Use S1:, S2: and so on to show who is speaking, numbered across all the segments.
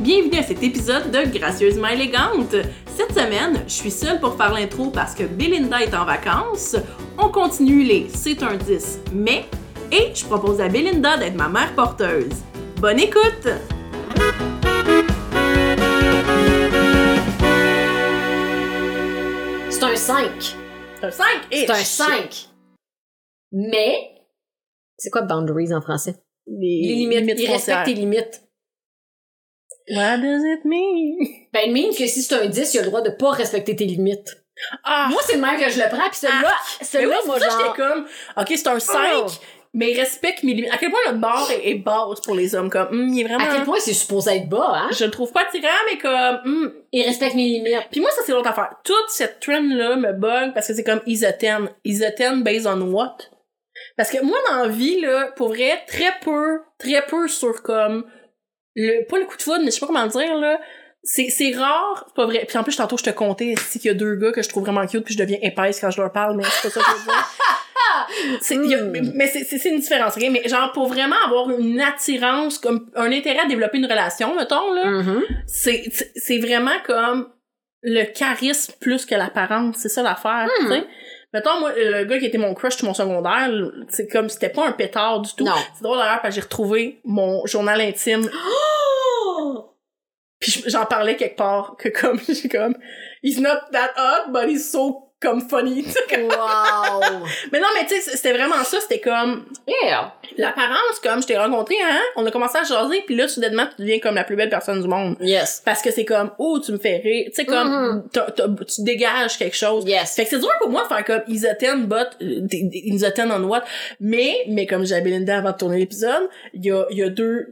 S1: bienvenue à cet épisode de Gracieusement élégante. Cette semaine, je suis seule pour faire l'intro parce que Belinda est en vacances. On continue les C'est un 10 mais et je propose à Belinda d'être ma mère porteuse. Bonne écoute!
S2: C'est un 5.
S1: C'est un eh, 5
S2: C'est un 5. Mais, c'est quoi boundaries en français? Les limites. il respecte tes limites.
S1: What does it mean?
S2: Ben, il mean que si c'est un 10, il a le droit de pas respecter tes limites.
S1: Ah!
S2: Moi, c'est le même que je le prends, puis celui-là,
S1: Mais
S2: celui-là,
S1: oui,
S2: moi,
S1: c'est pour ça,
S2: genre...
S1: j'étais comme, ok, c'est un 5,
S2: Oh.
S1: mais il respecte mes limites. À quel point le mort est, est basse pour les hommes, comme, hum, il est vraiment.
S2: À quel point c'est supposé être bas, hein?
S1: Je le trouve pas attirant, mais comme, hum.
S2: Il respecte mes limites.
S1: Puis moi, ça, c'est l'autre affaire. Toute cette trend-là me bug parce que c'est comme isotène. Isotène based on what? Parce que moi, dans la vie, là, pour vrai, très peu, très peu sur comme, le, pas le coup de foudre, mais je sais pas comment le dire, là. C'est, c'est rare, c'est pas vrai. Puis en plus, tantôt, je te comptais ici qu'il y a deux gars que je trouve vraiment cute, puis je deviens épaisse quand je leur parle, mais c'est pas ça que je veux dire. C'est- il y a-
S2: Mm.
S1: mais mais c'est- c'est c'est une différence, ok? Mais genre, pour vraiment avoir une attirance, comme un intérêt à développer une relation, mettons, là,
S2: Mm-hmm.
S1: c'est- c'est c'est vraiment comme le charisme plus que l'apparence. C'est ça l'affaire, tu sais? Mettons, moi, le gars qui était mon crush de mon secondaire, le- c'est comme, c'était pas un pétard du tout.
S2: Non.
S1: C'est drôle d'ailleurs, parce que j'ai retrouvé mon journal intime puis je- j'en parlais quelque part que comme j'ai comme he's not that hot but he's so comme funny.
S2: Wow!
S1: mais non mais tu sais c'était vraiment ça, c'était comme
S2: Yeah!
S1: l'apparence comme je t'ai rencontré hein, on a commencé à jaser puis là soudainement tu deviens comme la plus belle personne du monde
S2: Yes.
S1: parce que c'est comme oh tu me fais rire, tu sais comme
S2: Mhm.
S1: t'as- t'as- tu dégages quelque chose.
S2: Yes.
S1: Fait que c'est dur pour moi de faire comme isotène bot isotène en what mais mais comme j'avais Linda avant de tourner l'épisode, il y a il y a deux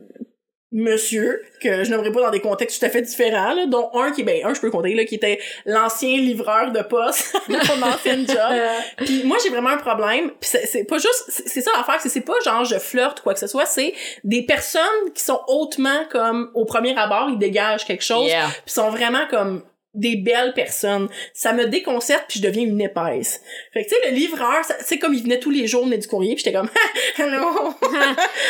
S1: monsieur que je nommerai pas dans des contextes tout à fait différents là, dont un qui ben un je peux compter là qui était l'ancien livreur de poste de mon ancienne job.
S2: Euh,
S1: Puis moi j'ai vraiment un problème, puis c'est c'est pas juste c'est c'est ça l'affaire, c'est c'est pas genre je flirte quoi que ce soit, c'est des personnes qui sont hautement comme au premier abord, ils dégagent quelque chose
S2: yeah.
S1: pis sont vraiment comme des belles personnes. Ça me déconcerte puis je deviens une épaisse. Fait que tu sais le livreur, ça- c'est comme il venait tous les jours venait du courrier puis j'étais comme allô,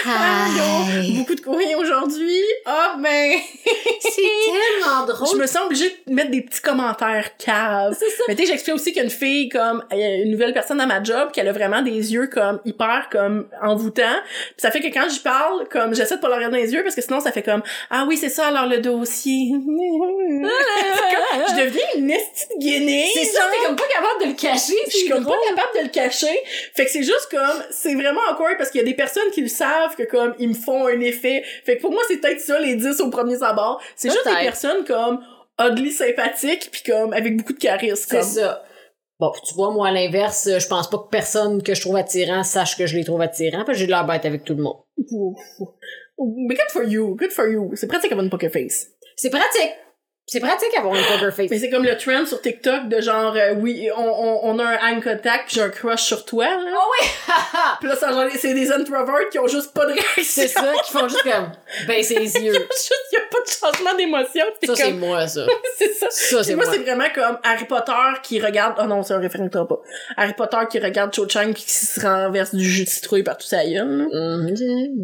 S1: allô, beaucoup de courriers aujourd'hui. Ah ben,
S2: C'est tellement
S1: je
S2: drôle.
S1: me sens obligée de mettre des petits commentaires caves.
S2: C'est ça.
S1: Mais tu sais, j'explique aussi qu'une fille comme euh, une nouvelle personne à ma job, qu'elle a vraiment des yeux comme hyper comme envoûtants. Puis ça fait que quand j'y parle, comme j'essaie de pas leur regarder dans les yeux parce que sinon ça fait comme ah oui, c'est ça alors le dossier. je deviens une esti de guenille,
S2: C'est ça,
S1: genre.
S2: t'es comme pas capable de le cacher.
S1: Je suis
S2: c'est
S1: comme
S2: drôle.
S1: pas capable de le cacher. Fait que c'est juste comme, c'est vraiment awkward parce qu'il y a des personnes qui le savent que comme, ils me font un effet. Fait que pour moi, c'est peut-être ça, les 10 au premier abord. C'est juste des
S2: Peut-être.
S1: personnes comme, oddly sympathiques puis comme, avec beaucoup de charisme.
S2: C'est
S1: comme.
S2: ça. Bon, puis tu vois, moi, à l'inverse, euh, je pense pas que personne que je trouve attirant sache que je les trouve attirants, parce que j'ai de l'air bête avec tout le monde.
S1: Mais good for you, good for you. C'est pratique avoir une poker face.
S2: C'est pratique. C'est pratique avoir une poker face.
S1: Mais c'est comme le trend sur TikTok de genre, euh, oui, on, on, on a un eye contact pis j'ai un crush sur toi, là.
S2: Oh oui!
S1: Pis là, ça, genre, c'est des introverts qui ont juste pas de réaction.
S2: c'est ça, qui font juste comme baisser les yeux.
S1: Juste, y a pas de changement d'émotion. pis
S2: Ça,
S1: t'es
S2: c'est
S1: comme,
S2: moi, ça.
S1: c'est ça.
S2: Ça,
S1: Puis
S2: c'est
S1: moi,
S2: moi.
S1: c'est vraiment comme Harry Potter qui regarde. Oh non, c'est un référendum pas. Harry Potter qui regarde Cho Chang pis qui se renverse du jus de citrouille partout sa gueule.
S2: Mhm.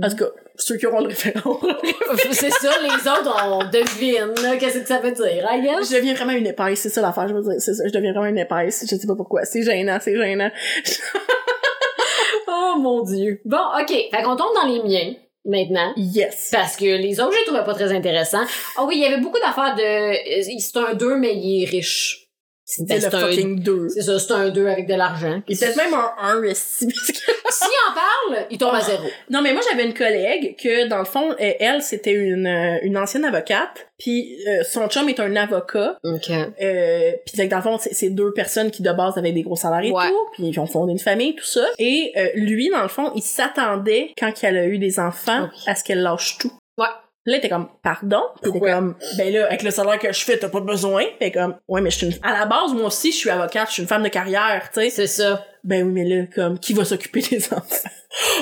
S1: En tout cas, ceux qui auront le référent.
S2: c'est ça, les autres, on devine, là, qu'est-ce que ça veut dire, I guess?
S1: je deviens vraiment une épaisse, c'est ça l'affaire, je veux dire. C'est ça, je deviens vraiment une épaisse. Je sais pas pourquoi. C'est gênant, c'est gênant.
S2: Oh mon dieu. Bon, ok. Fait qu'on tombe dans les miens, maintenant.
S1: Yes.
S2: Parce que les autres, je les trouvais pas très intéressants. Ah oui, il y avait beaucoup d'affaires de. euh, C'est un 2, mais il est riche. C'est
S1: C'est le
S2: c'est un-
S1: fucking deux.
S2: C'est ça, c'est un 2 avec de l'argent.
S1: Il était même un 1 ici.
S2: S'il en parle, il tombe à zéro.
S1: Non, mais moi, j'avais une collègue que, dans le fond, euh, elle, c'était une, euh, une ancienne avocate. Puis euh, son chum est un avocat.
S2: OK.
S1: Euh, puis c'est que dans le fond, c'est c'est deux personnes qui de base avaient des gros salaires et
S2: Ouais.
S1: tout, puis ils ont fondé une famille, tout ça. Et euh, lui, dans le fond, il s'attendait quand elle a eu des enfants
S2: Ok.
S1: à ce qu'elle lâche tout.
S2: Ouais.
S1: Là, il était comme, pardon? Puis il était
S2: Pourquoi?
S1: comme, ben là, avec le salaire que je fais, t'as pas besoin. Fait comme, ouais, mais je suis une... À la base, moi aussi, je suis avocate, je suis une femme de carrière, tu sais.
S2: C'est ça.
S1: Ben oui, mais là, comme, qui va s'occuper des enfants?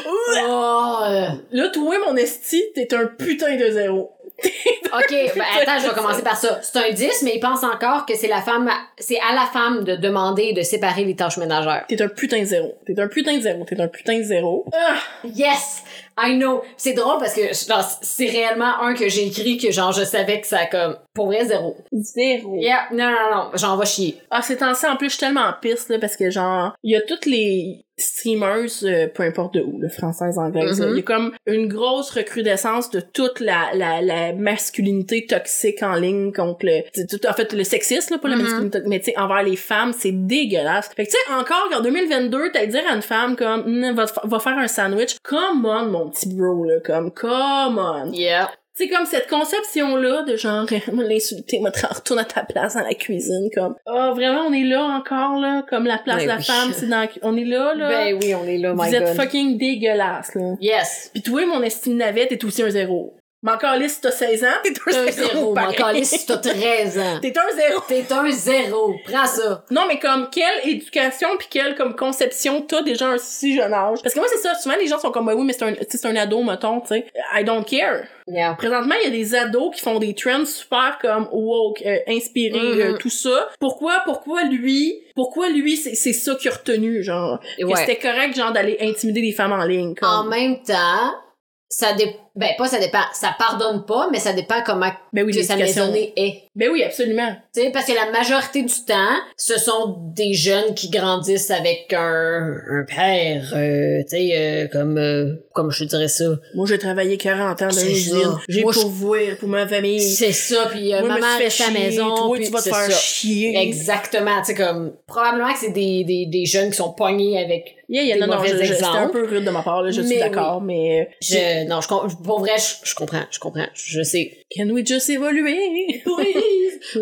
S2: Oh, euh,
S1: Là, toi, mon esti, t'es un putain de zéro.
S2: OK, ben attends, je vais commencer par ça. C'est un 10, mais il pense encore que c'est la femme, c'est à la femme de demander de séparer les tâches ménagères.
S1: T'es un putain de zéro. T'es un putain de zéro. T'es un putain de zéro. Ah!
S2: Yes! I know. C'est drôle parce que genre, c'est réellement un que j'ai écrit que genre je savais que ça a comme pour vrai zéro.
S1: Zéro.
S2: Yeah, non non non, genre va chier.
S1: Ah, c'est en ça en plus je suis tellement piste là parce que genre il y a toutes les streamers euh, peu importe de où, le française, anglaise, il
S2: Mhm.
S1: y a comme une grosse recrudescence de toute la la, la masculinité toxique en ligne contre le c'est tout, en fait le sexisme là, pas la
S2: Mhm.
S1: masculinité mais tu sais envers les femmes, c'est dégueulasse. Fait que tu sais encore qu'en 2022, t'as dire à une femme comme Hum, va, te fa- va faire un sandwich, come on mon petit bro là, comme come on.
S2: Yeah.
S1: C'est comme cette conception-là de genre, l'insulter, me tra- retourne à ta place dans la cuisine, comme, ah, vraiment, on est là encore, là, comme la place
S2: Ben
S1: de la
S2: oui.
S1: femme, c'est dans la cu- on est là, là.
S2: Ben oui, on est là, my
S1: vous êtes
S2: god.
S1: fucking dégueulasse, là.
S2: Yes.
S1: Pis toi, mon estime navette, t'es aussi un zéro. Mais encore là, si t'as 16 ans, t'es
S2: T'es
S1: un
S2: un
S1: zéro,
S2: zéro,
S1: pareil.
S2: encore là, si t'as 13 ans.
S1: T'es un zéro.
S2: T'es un zéro. Prends ça.
S1: Non, mais comme, quelle éducation puis quelle, comme, conception t'as déjà un si jeune âge? Parce que moi, c'est ça, souvent, les gens sont comme, bah oui, mais c'est un, tu sais, c'est un ado, mettons, tu sais. I don't care.
S2: Yeah.
S1: Présentement, il y a des ados qui font des trends super comme woke, euh, inspirés,
S2: Mhm.
S1: euh, tout ça. Pourquoi, pourquoi lui, pourquoi lui, c'est c'est ça qu'il a retenu, genre, que
S2: Ouais.
S1: c'était correct, genre, d'aller intimider les femmes en ligne, comme.
S2: En même temps, ça dépend. Ben, pas ça dépend. Ça pardonne pas, mais ça dépend comment
S1: ben oui,
S2: que sa
S1: l'éducation.
S2: maisonnée est.
S1: Ben oui, absolument.
S2: Tu sais, parce que la majorité du temps, ce sont des jeunes qui grandissent avec un, un père, euh, tu sais, euh, comme, euh, comme je dirais ça.
S1: Moi, j'ai travaillé 40 ans dans
S2: C'est
S1: l'usine.
S2: ça.
S1: J'ai
S2: Moi, je-
S1: pourvoir pour ma famille.
S2: C'est ça, puis euh,
S1: Moi, je me
S2: maman
S1: suis fait
S2: reste à la
S1: chier,
S2: maison,
S1: toi,
S2: puis
S1: tu vas te
S2: c'est
S1: faire
S2: ça.
S1: chier.
S2: Exactement, tu sais, comme, probablement que c'est des, des, des jeunes qui sont pognés avec...
S1: Yeah, yeah,
S2: Des
S1: non, non,
S2: mauvais
S1: je- je- c'était un
S2: exemples.
S1: peu rude de ma part, là, je suis
S2: Mais
S1: d'accord, mais... euh,
S2: Je, euh, non, je, com- pour vrai, je, je comprends, je comprends, je sais.
S1: Can we just évoluer?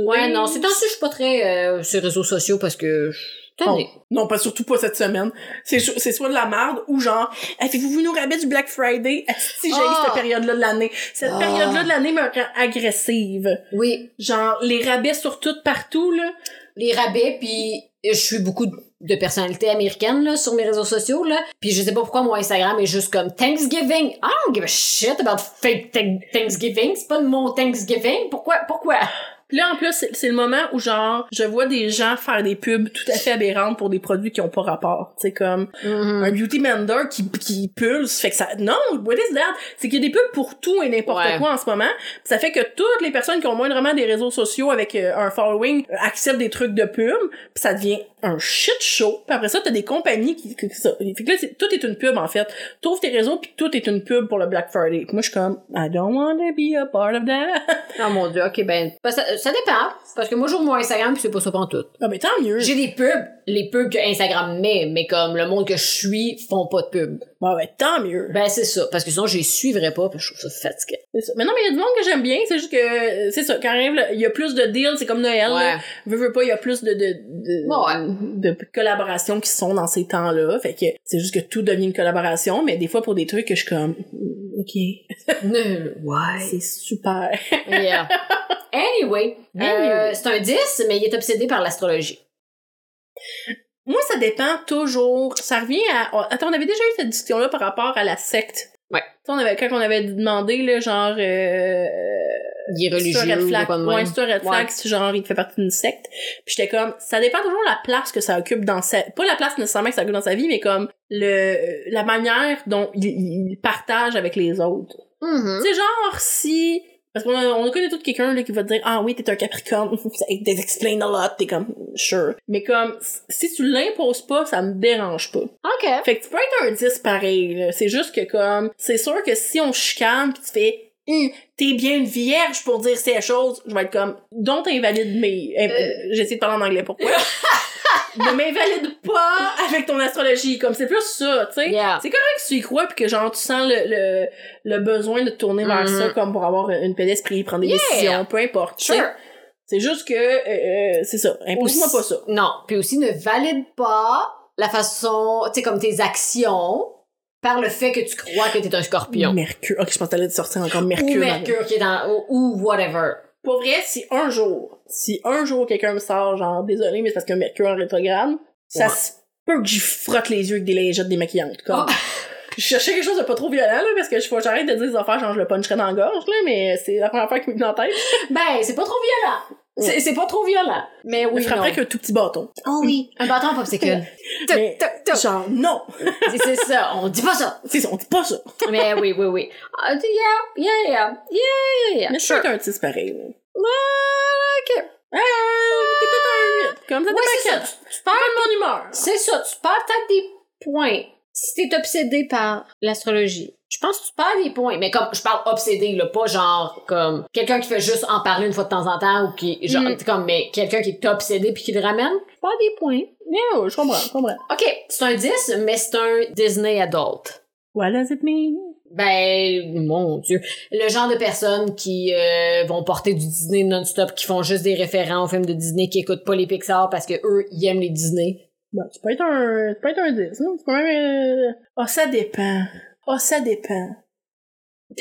S2: Ouais, non, c'est ainsi, je suis pas très euh, sur les réseaux sociaux parce que... je suis tannée.
S1: Non, pas surtout pas cette semaine. C'est so- c'est soit de la merde ou genre, avez-vous vu nos rabais du Black Friday? Si j'ai
S2: Ah!
S1: cette période-là de l'année. Cette
S2: Ah!
S1: période-là de l'année me rend agressive.
S2: Oui,
S1: Genre, les rabais sur tout partout, là.
S2: les rabais, puis je suis beaucoup de personnalités américaines là, sur mes réseaux sociaux. Là. Puis je sais pas pourquoi mon Instagram est juste comme Thanksgiving. I don't give a shit about fake thank- Thanksgiving. C'est pas de mon Thanksgiving. Pourquoi? Pourquoi?
S1: Puis là, en plus, c'est c'est le moment où genre, je vois des gens faire des pubs tout à fait aberrantes pour des produits qui ont pas rapport. C'est comme,
S2: Mm-hmm.
S1: un beauty blender qui, qui pulse fait que ça non what is that c'est qu'il y a des pubs pour tout et n'importe
S2: Ouais.
S1: quoi en ce moment Puis ça fait que toutes les personnes qui ont moindrement des réseaux sociaux avec euh, un following euh, acceptent des trucs de pub puis ça devient un shit show puis après ça t'as des compagnies qui, qui- qui- ça fait que là c'est- tout est une pub en fait t'ouvres tes réseaux puis tout est une pub pour le Black Friday Puis moi je suis comme I don't wanna be a part of that
S2: Oh mon dieu, ok, ben. parce que ça, ça dépend. Parce que moi, j'ouvre mon Instagram, puis c'est pas ça tout.
S1: ah ben tant mieux
S2: J'ai des pubs, les pubs que Instagram met, mais comme le monde que je suis font pas de pubs.
S1: bah ben tant mieux
S2: Ben, c'est ça. Parce que sinon, je les suivrais pas, parce que je trouve ça fatigué.
S1: C'est ça. mais non mais il y a du monde que j'aime bien c'est juste que euh, c'est ça quand arrive le- il y a plus de deals c'est comme Noël là. veux, veux pas, il y a plus de, de, de, de collaborations qui sont dans ces temps-là. Fait que c'est juste que tout devient une collaboration, mais des fois pour des trucs que je suis comme, mm, OK,
S2: Nul. Ouais.
S1: c'est super.
S2: Yeah. Anyway,
S1: Anyway.
S2: euh, c'est un 10, mais il est obsédé par l'astrologie.
S1: Moi, ça dépend toujours. Ça revient à. oh, Attends, on avait déjà eu cette discussion-là par rapport à la secte.
S2: Ouais.
S1: Tu sais, On avait, quand on avait demandé, là, genre, euh,
S2: Il est
S1: c'est
S2: religieux
S1: un
S2: ou
S1: red flag,
S2: pas de
S1: ouais,
S2: même.
S1: c'est un red flag,
S2: Ouais.
S1: si genre il fait partie d'une secte. Puis j'étais comme, ça dépend toujours la place que ça occupe dans sa, pas la place nécessairement que ça occupe dans sa vie, mais comme le la manière dont il, il partage avec les autres.
S2: Mhm.
S1: C'est genre si parce qu'on a, on connaît tout quelqu'un là qui va te dire ah oui t'es un Capricorne ça explain a lot t'es comme sure mais comme si tu l'imposes pas ça me dérange pas
S2: OK.
S1: fait que tu peux être un 10 pareil, là. C'est juste que comme, c'est sûr que si on chicane pis tu fais, Hum, t'es bien une vierge pour dire ces choses, je vais être comme, don't invalide mes, euh,
S2: Euh.
S1: j'essaie de parler en anglais, pourquoi? ne m'invalide pas avec ton astrologie, comme c'est plus ça, tu sais.
S2: Yeah.
S1: C'est correct que tu y crois pis que genre tu sens le, le, le besoin de te tourner vers
S2: Mhm.
S1: ça comme pour avoir une paix d'esprit, prendre des
S2: Yeah.
S1: décisions, peu importe. tu sais.
S2: Sure.
S1: C'est juste que, euh, euh, c'est ça. Impose-moi
S2: Aussi-
S1: pas ça.
S2: Non. Puis aussi, ne valide pas la façon, tu sais, comme tes actions par le fait que tu crois que t'es un scorpion.
S1: Mercure. Ok, je pense que t'allais te sortir encore Mercure.
S2: ou
S1: dans-
S2: Mercure qui est dans... Ou, ou whatever.
S1: Pour vrai, si un jour, si un jour quelqu'un me sort, genre, désolé, mais c'est parce que Mercure en rétrograde, ça
S2: Ouais.
S1: se peut que j'y frotte les yeux avec des lingettes démaquillantes, comme.
S2: Oh.
S1: Je cherchais quelque chose de pas trop violent, là, parce que je faut que j'arrête de dire des affaires, genre, je le puncherais dans la gorge, là, mais c'est la première fois qui me vient en tête.
S2: Ben, c'est pas trop violent. C'est c'est pas trop violent. Mais
S1: Je
S2: oui, non.
S1: frapperais avec un tout petit bâton.
S2: Oh oui, un bâton à popsicle. Toc,
S1: Mais-
S2: toc, toc.
S1: Genre, non!
S2: C'est- C'est ça, on dit pas ça.
S1: C'est ça, on dit pas ça.
S2: Mais oui, oui, oui. Ah, tu- yeah, yeah, yeah, yeah, yeah, yeah.
S1: Mais je suis
S2: Sure.
S1: peut-être un 10 pareil, là.
S2: Ouais, ok.
S1: Ah, t'es peut-être un 8. Comme ça,
S2: Ouais,
S1: t'es
S2: c'est ça.
S1: pas
S2: Tu, tu
S1: Pas
S2: perds,
S1: de mon humeur.
S2: c'est ça, tu perds peut-être des points si t'es obsédé par l'astrologie. Je pense que tu perds des points, mais comme je parle obsédé, là, pas genre comme quelqu'un qui fait juste en parler une fois de temps en temps ou qui, genre,
S1: Mm.
S2: t'es comme, mais quelqu'un qui est obsédé puis qui le ramène, tu perds des points.
S1: Mais ouais, je comprends, je comprends.
S2: Ok, c'est un 10, mais c'est un Disney adulte.
S1: What does it mean?
S2: Ben, mon Dieu. Le genre de personnes qui euh, vont porter du Disney non-stop, qui font juste des référents aux films de Disney, qui écoutent pas les Pixar parce que eux, ils aiment les Disney.
S1: Bon, tu peux être un, tu peux être un 10, hein. C'est quand même, euh... Ah, ça dépend. Ah, ça dépend.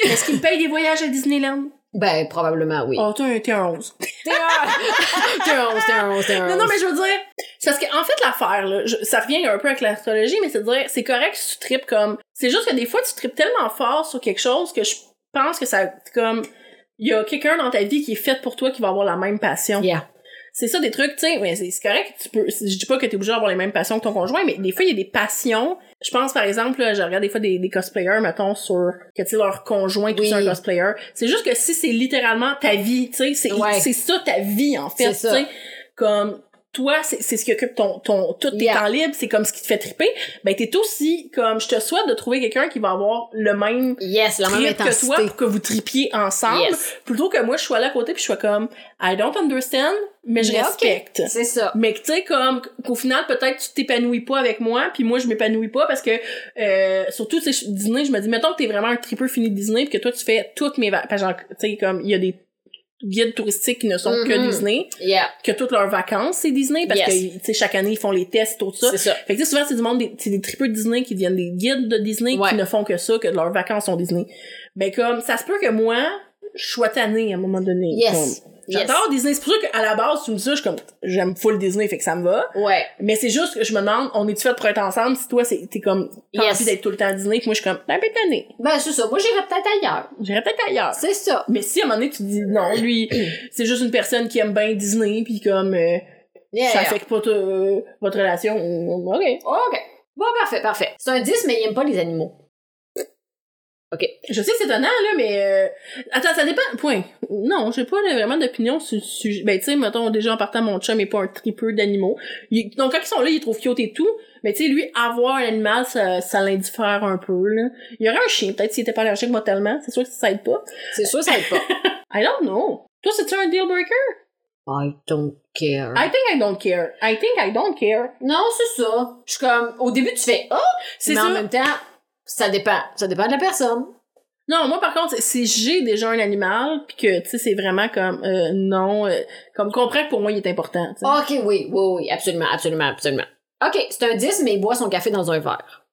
S1: Est-ce qu'il me paye des voyages à Disneyland?
S2: Ben, probablement, oui.
S1: Ah, oh, t'es un, t'es un 11.
S2: T'es un... t'es un onze, t'es un onze, t'es un
S1: Non, non,
S2: onze.
S1: mais je veux dire, c'est parce qu'en fait, l'affaire, là, je- ça revient un peu avec l'astrologie, mais c'est de dire, c'est correct si tu tripes comme. C'est juste que des fois, tu tripes tellement fort sur quelque chose que je pense que ça. comme. Il y a quelqu'un dans ta vie qui est fait pour toi qui va avoir la même passion.
S2: Yeah.
S1: C'est ça, des trucs, tu sais, mais c'est c'est correct. Tu peux, je dis pas que t'es obligé d'avoir les mêmes passions que ton conjoint, mais des fois, il y a des passions. Je pense, par exemple, là, je regarde des fois des, des cosplayers, mettons, sur que, tu sais, leur conjoint, tout
S2: Oui.
S1: ça, un cosplayer. C'est juste que si c'est littéralement ta vie, tu sais, c'est
S2: Ouais.
S1: c'est ça ta vie, en fait, tu
S2: C'est ça.
S1: sais. Comme, toi, c'est c'est ce qui occupe ton, ton, tout tes
S2: Yeah.
S1: temps libres, c'est comme ce qui te fait triper. Ben, t'es aussi, comme, je te souhaite de trouver quelqu'un qui va avoir le même
S2: Yes, la même
S1: trip que toi
S2: intensité.
S1: pour que vous tripiez ensemble
S2: Yes.
S1: plutôt que moi je sois là à côté puis je sois comme I don't understand mais je
S2: Yeah, ok.
S1: respecte
S2: C'est ça.
S1: mais que, tu sais comme qu'au final peut-être tu t'épanouis pas avec moi puis moi je m'épanouis pas parce que euh, surtout tu sais Disney je me dis mettons que t'es vraiment un tripeux fini de Disney puis que toi tu fais toutes mes vacances genre tu sais comme il y a des guides touristiques qui ne sont
S2: Mhm.
S1: que Disney
S2: Yeah,
S1: que toutes leurs vacances c'est Disney parce
S2: Yes.
S1: que tu sais chaque année ils font les tests tout ça
S2: c'est ça.
S1: fait que tu sais, souvent, c'est du monde, des- c'est des tripeux de Disney qui deviennent des guides de Disney
S2: Ouais.
S1: qui ne font que ça, que leurs vacances sont Disney. Mais comme, ça se peut que moi, je sois tannée à un moment donné.
S2: Yes.
S1: Comme,
S2: Yes.
S1: J'adore Disney. C'est pour ça qu'à la base, tu me dis ça, je suis comme, j'aime full Disney, fait que ça me va.
S2: Ouais.
S1: Mais c'est juste que je me demande, on est-tu fait pour être ensemble si toi, c'est- t'es comme, t'as
S2: Yes.
S1: envie d'être tout le temps à Disney, puis moi, je suis comme, t'es un peu tannée.
S2: Ben, c'est ça. Moi, j'irais peut-être ailleurs.
S1: J'irais peut-être ailleurs.
S2: C'est ça.
S1: Mais si à un moment donné, tu dis, non, lui, c'est juste une personne qui aime bien Disney, puis comme, euh,
S2: Yeah.
S1: ça affecte pas euh, votre relation, euh, ok.
S2: OK. Bon, parfait, parfait. C'est un 10, mais il aime pas les animaux.
S1: Je sais que c'est étonnant, là, mais... euh, Attends, ça dépend... Point. Non, j'ai pas là, vraiment d'opinion sur le sujet. Ben, tu sais, mettons, déjà, en partant, mon chum est pas un tripeux d'animaux. Il- Donc, quand ils sont là, ils trouvent cute et tout. Mais, tu sais, lui, avoir un animal, ça, ça l'indiffère un peu, là. Il y aurait un chien, peut-être, s'il était pas allergique mentalement. C'est sûr que ça aide pas.
S2: C'est sûr, ça aide pas.
S1: I don't know. Toi, c'est-tu un deal breaker?
S2: I don't care.
S1: I think I don't care. I think I don't care.
S2: Non, c'est ça. Je suis comme, au début, tu fais, ah!
S1: C'est
S2: Mais en
S1: ça.
S2: même temps, ça dépend. Ça dépend de la personne.
S1: Non, moi par contre, si j'ai déjà un animal, puis que tu sais, c'est vraiment comme euh, non, euh, comme comprendre que pour moi il est important. tu sais.
S2: Ah, Ok, oui, oui, oui, absolument, absolument, absolument. Ok, c'est un 10, mais il boit son café dans un verre.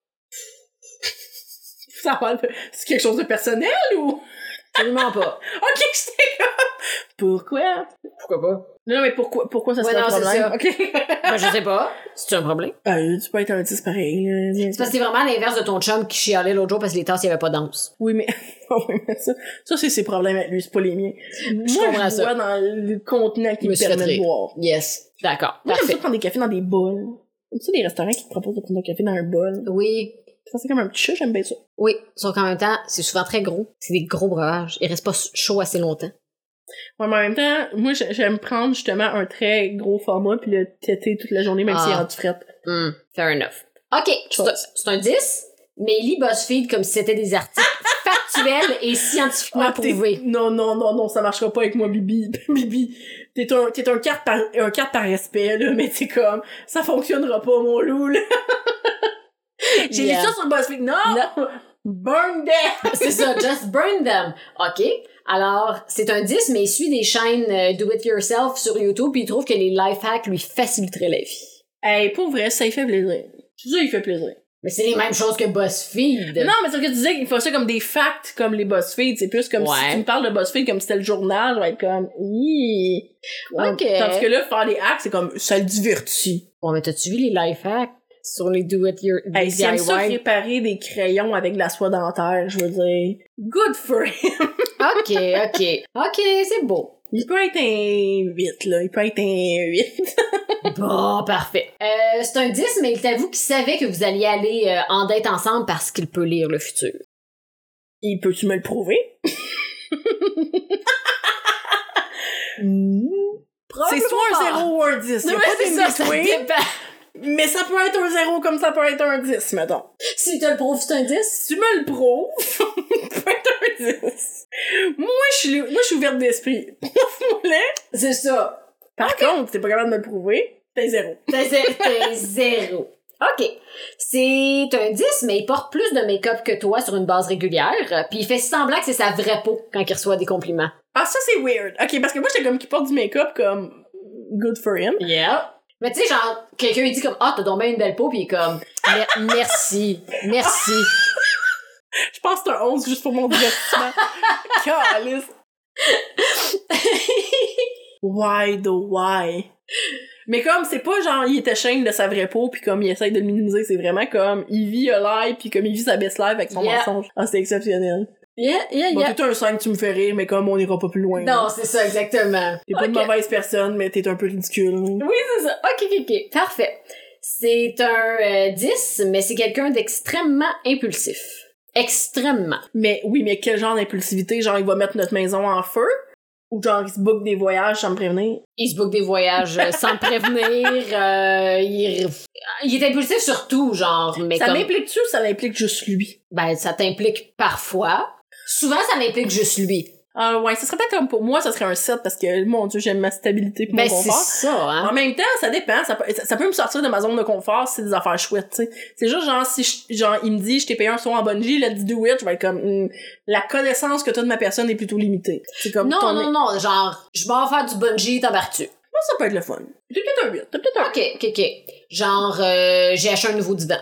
S1: Ça parle de- C'est quelque chose de personnel ou?
S2: Absolument pas.
S1: Ok, j'étais comme. Pourquoi?
S2: Pourquoi pas?
S1: Non, mais pourquoi, pourquoi ça
S2: Ouais,
S1: serait un
S2: non, c'est
S1: problème? Ok.
S2: Ben, je sais pas. C'est un problème.
S1: Euh, tu peux être un 10 pareil. là.
S2: C'est parce que c'est vraiment l'inverse de ton chum qui chialait l'autre jour parce que les tasses, il y avait pas d'anse.
S1: Oui, mais. oui, mais ça, ça c'est ses problèmes avec lui, c'est pas les miens. Moi,
S2: comprends
S1: je
S2: ça.
S1: vois dans le contenant qui
S2: Je me
S1: me,
S2: suis fait
S1: permet
S2: rire.
S1: de boire.
S2: Yes. D'accord.
S1: Moi, j'aime ça
S2: Parfait.
S1: prendre des cafés dans des bols. Tu sais, des restaurants qui te proposent de prendre un café dans un bol.
S2: Oui.
S1: Ça, c'est comme un petit chat, j'aime bien ça.
S2: Oui. Sauf qu'en même temps, c'est souvent très gros. C'est des gros breuvages. Il reste pas chaud assez longtemps.
S1: Ouais, mais en même temps, moi, j'ai- j'aime prendre justement un très gros format puis le têter toute la journée, même
S2: Ah.
S1: s'il est rendu fret.
S2: Hmm, fair enough. OK, c'est un- c'est un 10, mais il lit BuzzFeed comme si c'était des articles factuels et scientifiquement
S1: Ah, t'es-
S2: prouvés.
S1: Non, non, non, non, ça marchera pas avec moi, Bibi. Bibi, t'es un, t'es un carte par, un carte par respect, là, mais t'es comme, ça fonctionnera pas, mon loup, là. J'ai
S2: Yeah.
S1: lu ça sur le BuzzFeed. Non! Burn death!
S2: c'est ça, just burn them. OK. Alors, c'est un 10, mais il suit des chaînes euh, Do It Yourself sur YouTube puis il trouve que les life hacks lui faciliteraient la vie.
S1: Hey, pour vrai, ça, il fait plaisir. C'est ça, il fait plaisir.
S2: Mais c'est les mêmes choses que BuzzFeed.
S1: Non, mais c'est que tu disais qu'il faut ça comme des facts, comme les BuzzFeed. C'est plus comme
S2: Ouais.
S1: si tu me parles de BuzzFeed comme si c'était le journal, je vais être comme, Ih.
S2: Ok.
S1: Tandis que là, faire des hacks, c'est comme, ça le divertit.
S2: Bon, mais t'as-tu vu les life hacks sur les Do It Your
S1: Hey,
S2: les
S1: s'il aime ça
S2: DIY?
S1: réparer des crayons avec de la soie dentaire, je veux dire, good for him.
S2: OK, OK. OK, c'est beau.
S1: Il peut être un 8, là. Il peut être un 8.
S2: Bon, parfait. Euh, c'est un 10, mais il t'avoue qu'il savait que vous alliez aller euh, en date ensemble parce qu'il peut lire le futur.
S1: Il peut-tu me le prouver? C'est soit un 0 ou un 10. Il y a
S2: Ouais,
S1: pas
S2: c'est
S1: de
S2: ça, ça
S1: midway,
S2: dépend.
S1: mais ça peut être un 0 comme ça peut être un 10, mettons.
S2: Si tu le prouves, c'est un 10.
S1: Si tu me le prouves, ça peut être un 10. Moi, je suis, moi, je suis ouverte d'esprit.
S2: C'est ça.
S1: Par contre, t'es pas capable de me le prouver, t'es 0.
S2: T'as zé- t'as zéro. OK. C'est un 10, mais il porte plus de make-up que toi sur une base régulière. euh, Puis il fait semblant que c'est sa vraie peau quand il reçoit des compliments.
S1: Ah, ça, c'est weird. OK, parce que moi, j'étais comme qui porte du make-up comme good for him.
S2: Yeah. Mais tu sais, genre, quelqu'un il dit comme Ah, t'as donc bien une belle peau, puis il est comme Mer- Merci, merci.
S1: Je pense que c'est un 11 juste pour mon divertissement. Calice. Why the why? Mais comme, c'est pas genre, il était shame de sa vraie peau, puis comme, il essaye de le minimiser, c'est vraiment comme, il vit un lie, puis comme, il vit sa best life avec son
S2: Yeah.
S1: mensonge. Ah, c'est exceptionnel.
S2: Yeah, yeah,
S1: Bon,
S2: yeah.
S1: t'es un 5, tu me fais rire, mais comme, on ira pas plus loin. là.
S2: Non, c'est ça, exactement.
S1: T'es pas une
S2: Ok.
S1: mauvaise personne, mais t'es un peu ridicule.
S2: Oui, c'est ça. OK, OK, OK. Parfait. C'est un euh, 10, mais c'est quelqu'un d'extrêmement impulsif. Extrêmement.
S1: Mais oui, mais quel genre d'impulsivité? Genre, il va mettre notre maison en feu? Ou genre, il se book des voyages sans me prévenir?
S2: Il se book des voyages euh, sans prévenir. euh, il... il est impulsif surtout, genre, mais
S1: ça
S2: comme...
S1: l'implique-tu ou ça l'implique juste lui?
S2: Ben, ça t'implique parfois. Souvent, ça l'implique juste lui.
S1: Ah ouais, ça serait peut-être comme pour moi, ça serait un 7 parce que, mon dieu, j'aime ma stabilité pis
S2: Ben,
S1: mon
S2: c'est
S1: confort.
S2: ça, hein.
S1: En même temps, ça dépend. Ça peut, ça, ça peut me sortir de ma zone de confort si c'est des affaires chouettes, tu sais. C'est juste genre, si je- genre, il me dit, je t'ai payé un soir en bungee, let's do it, je vais être comme, Hmm, la connaissance que t'as de ma personne est plutôt limitée. C'est comme,
S2: Non,
S1: ton-
S2: non, non, genre, je m'en vais faire du bungee, t'embarques-tu?
S1: Moi, ça peut être le fun. T'es peut-être un 8, t'es peut-être un
S2: OK, OK, OK. Genre, euh, j'ai acheté un nouveau divan.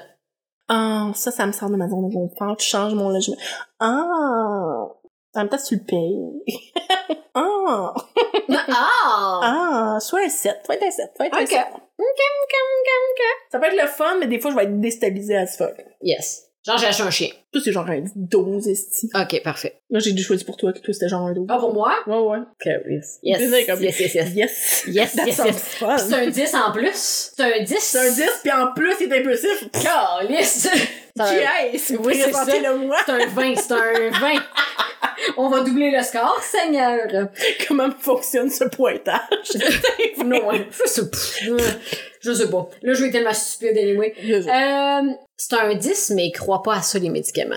S1: Ah, ça, ça me sort de ma zone de confort. Tu changes mon logement. Ah! En même temps, tu le payes. ah!
S2: Ah!
S1: Ah! Soit un 7. Soit un 7. Soit un
S2: OK.
S1: 7.
S2: OK, OK, OK.
S1: Ça peut être le fun, mais des fois, je vais être déstabilisée à ce fuck.
S2: Yes. Genre, j'ai acheté un chien.
S1: Toi, c'est genre un 12, esti.
S2: OK, parfait.
S1: Là, j'ai dû choisir pour toi, que toi, c'était genre un 12.
S2: Pas Ah, pour moi?
S1: Ouais, ouais.
S2: Yes.
S1: C'est vrai, comme-
S2: Yes, yes, yes.
S1: Yes!
S2: Yes,
S1: That
S2: yes,
S1: sounds
S2: yes.
S1: fun.
S2: C'est un 10 en plus. C'est un 10.
S1: C'est un 10, puis en plus, il est impulsif.
S2: Calisse.
S1: Yes!
S2: Oui, c'est ça.
S1: le moi.
S2: C'est un 20, c'est un 20. On va doubler le score, Seigneur.
S1: Comment fonctionne ce pointage?
S2: Non, hein. je sais pas. Je sais pas. Là, je vais tellement stupide, anyway. Euh, c'est un 10, mais il croit pas à ça, les médicaments.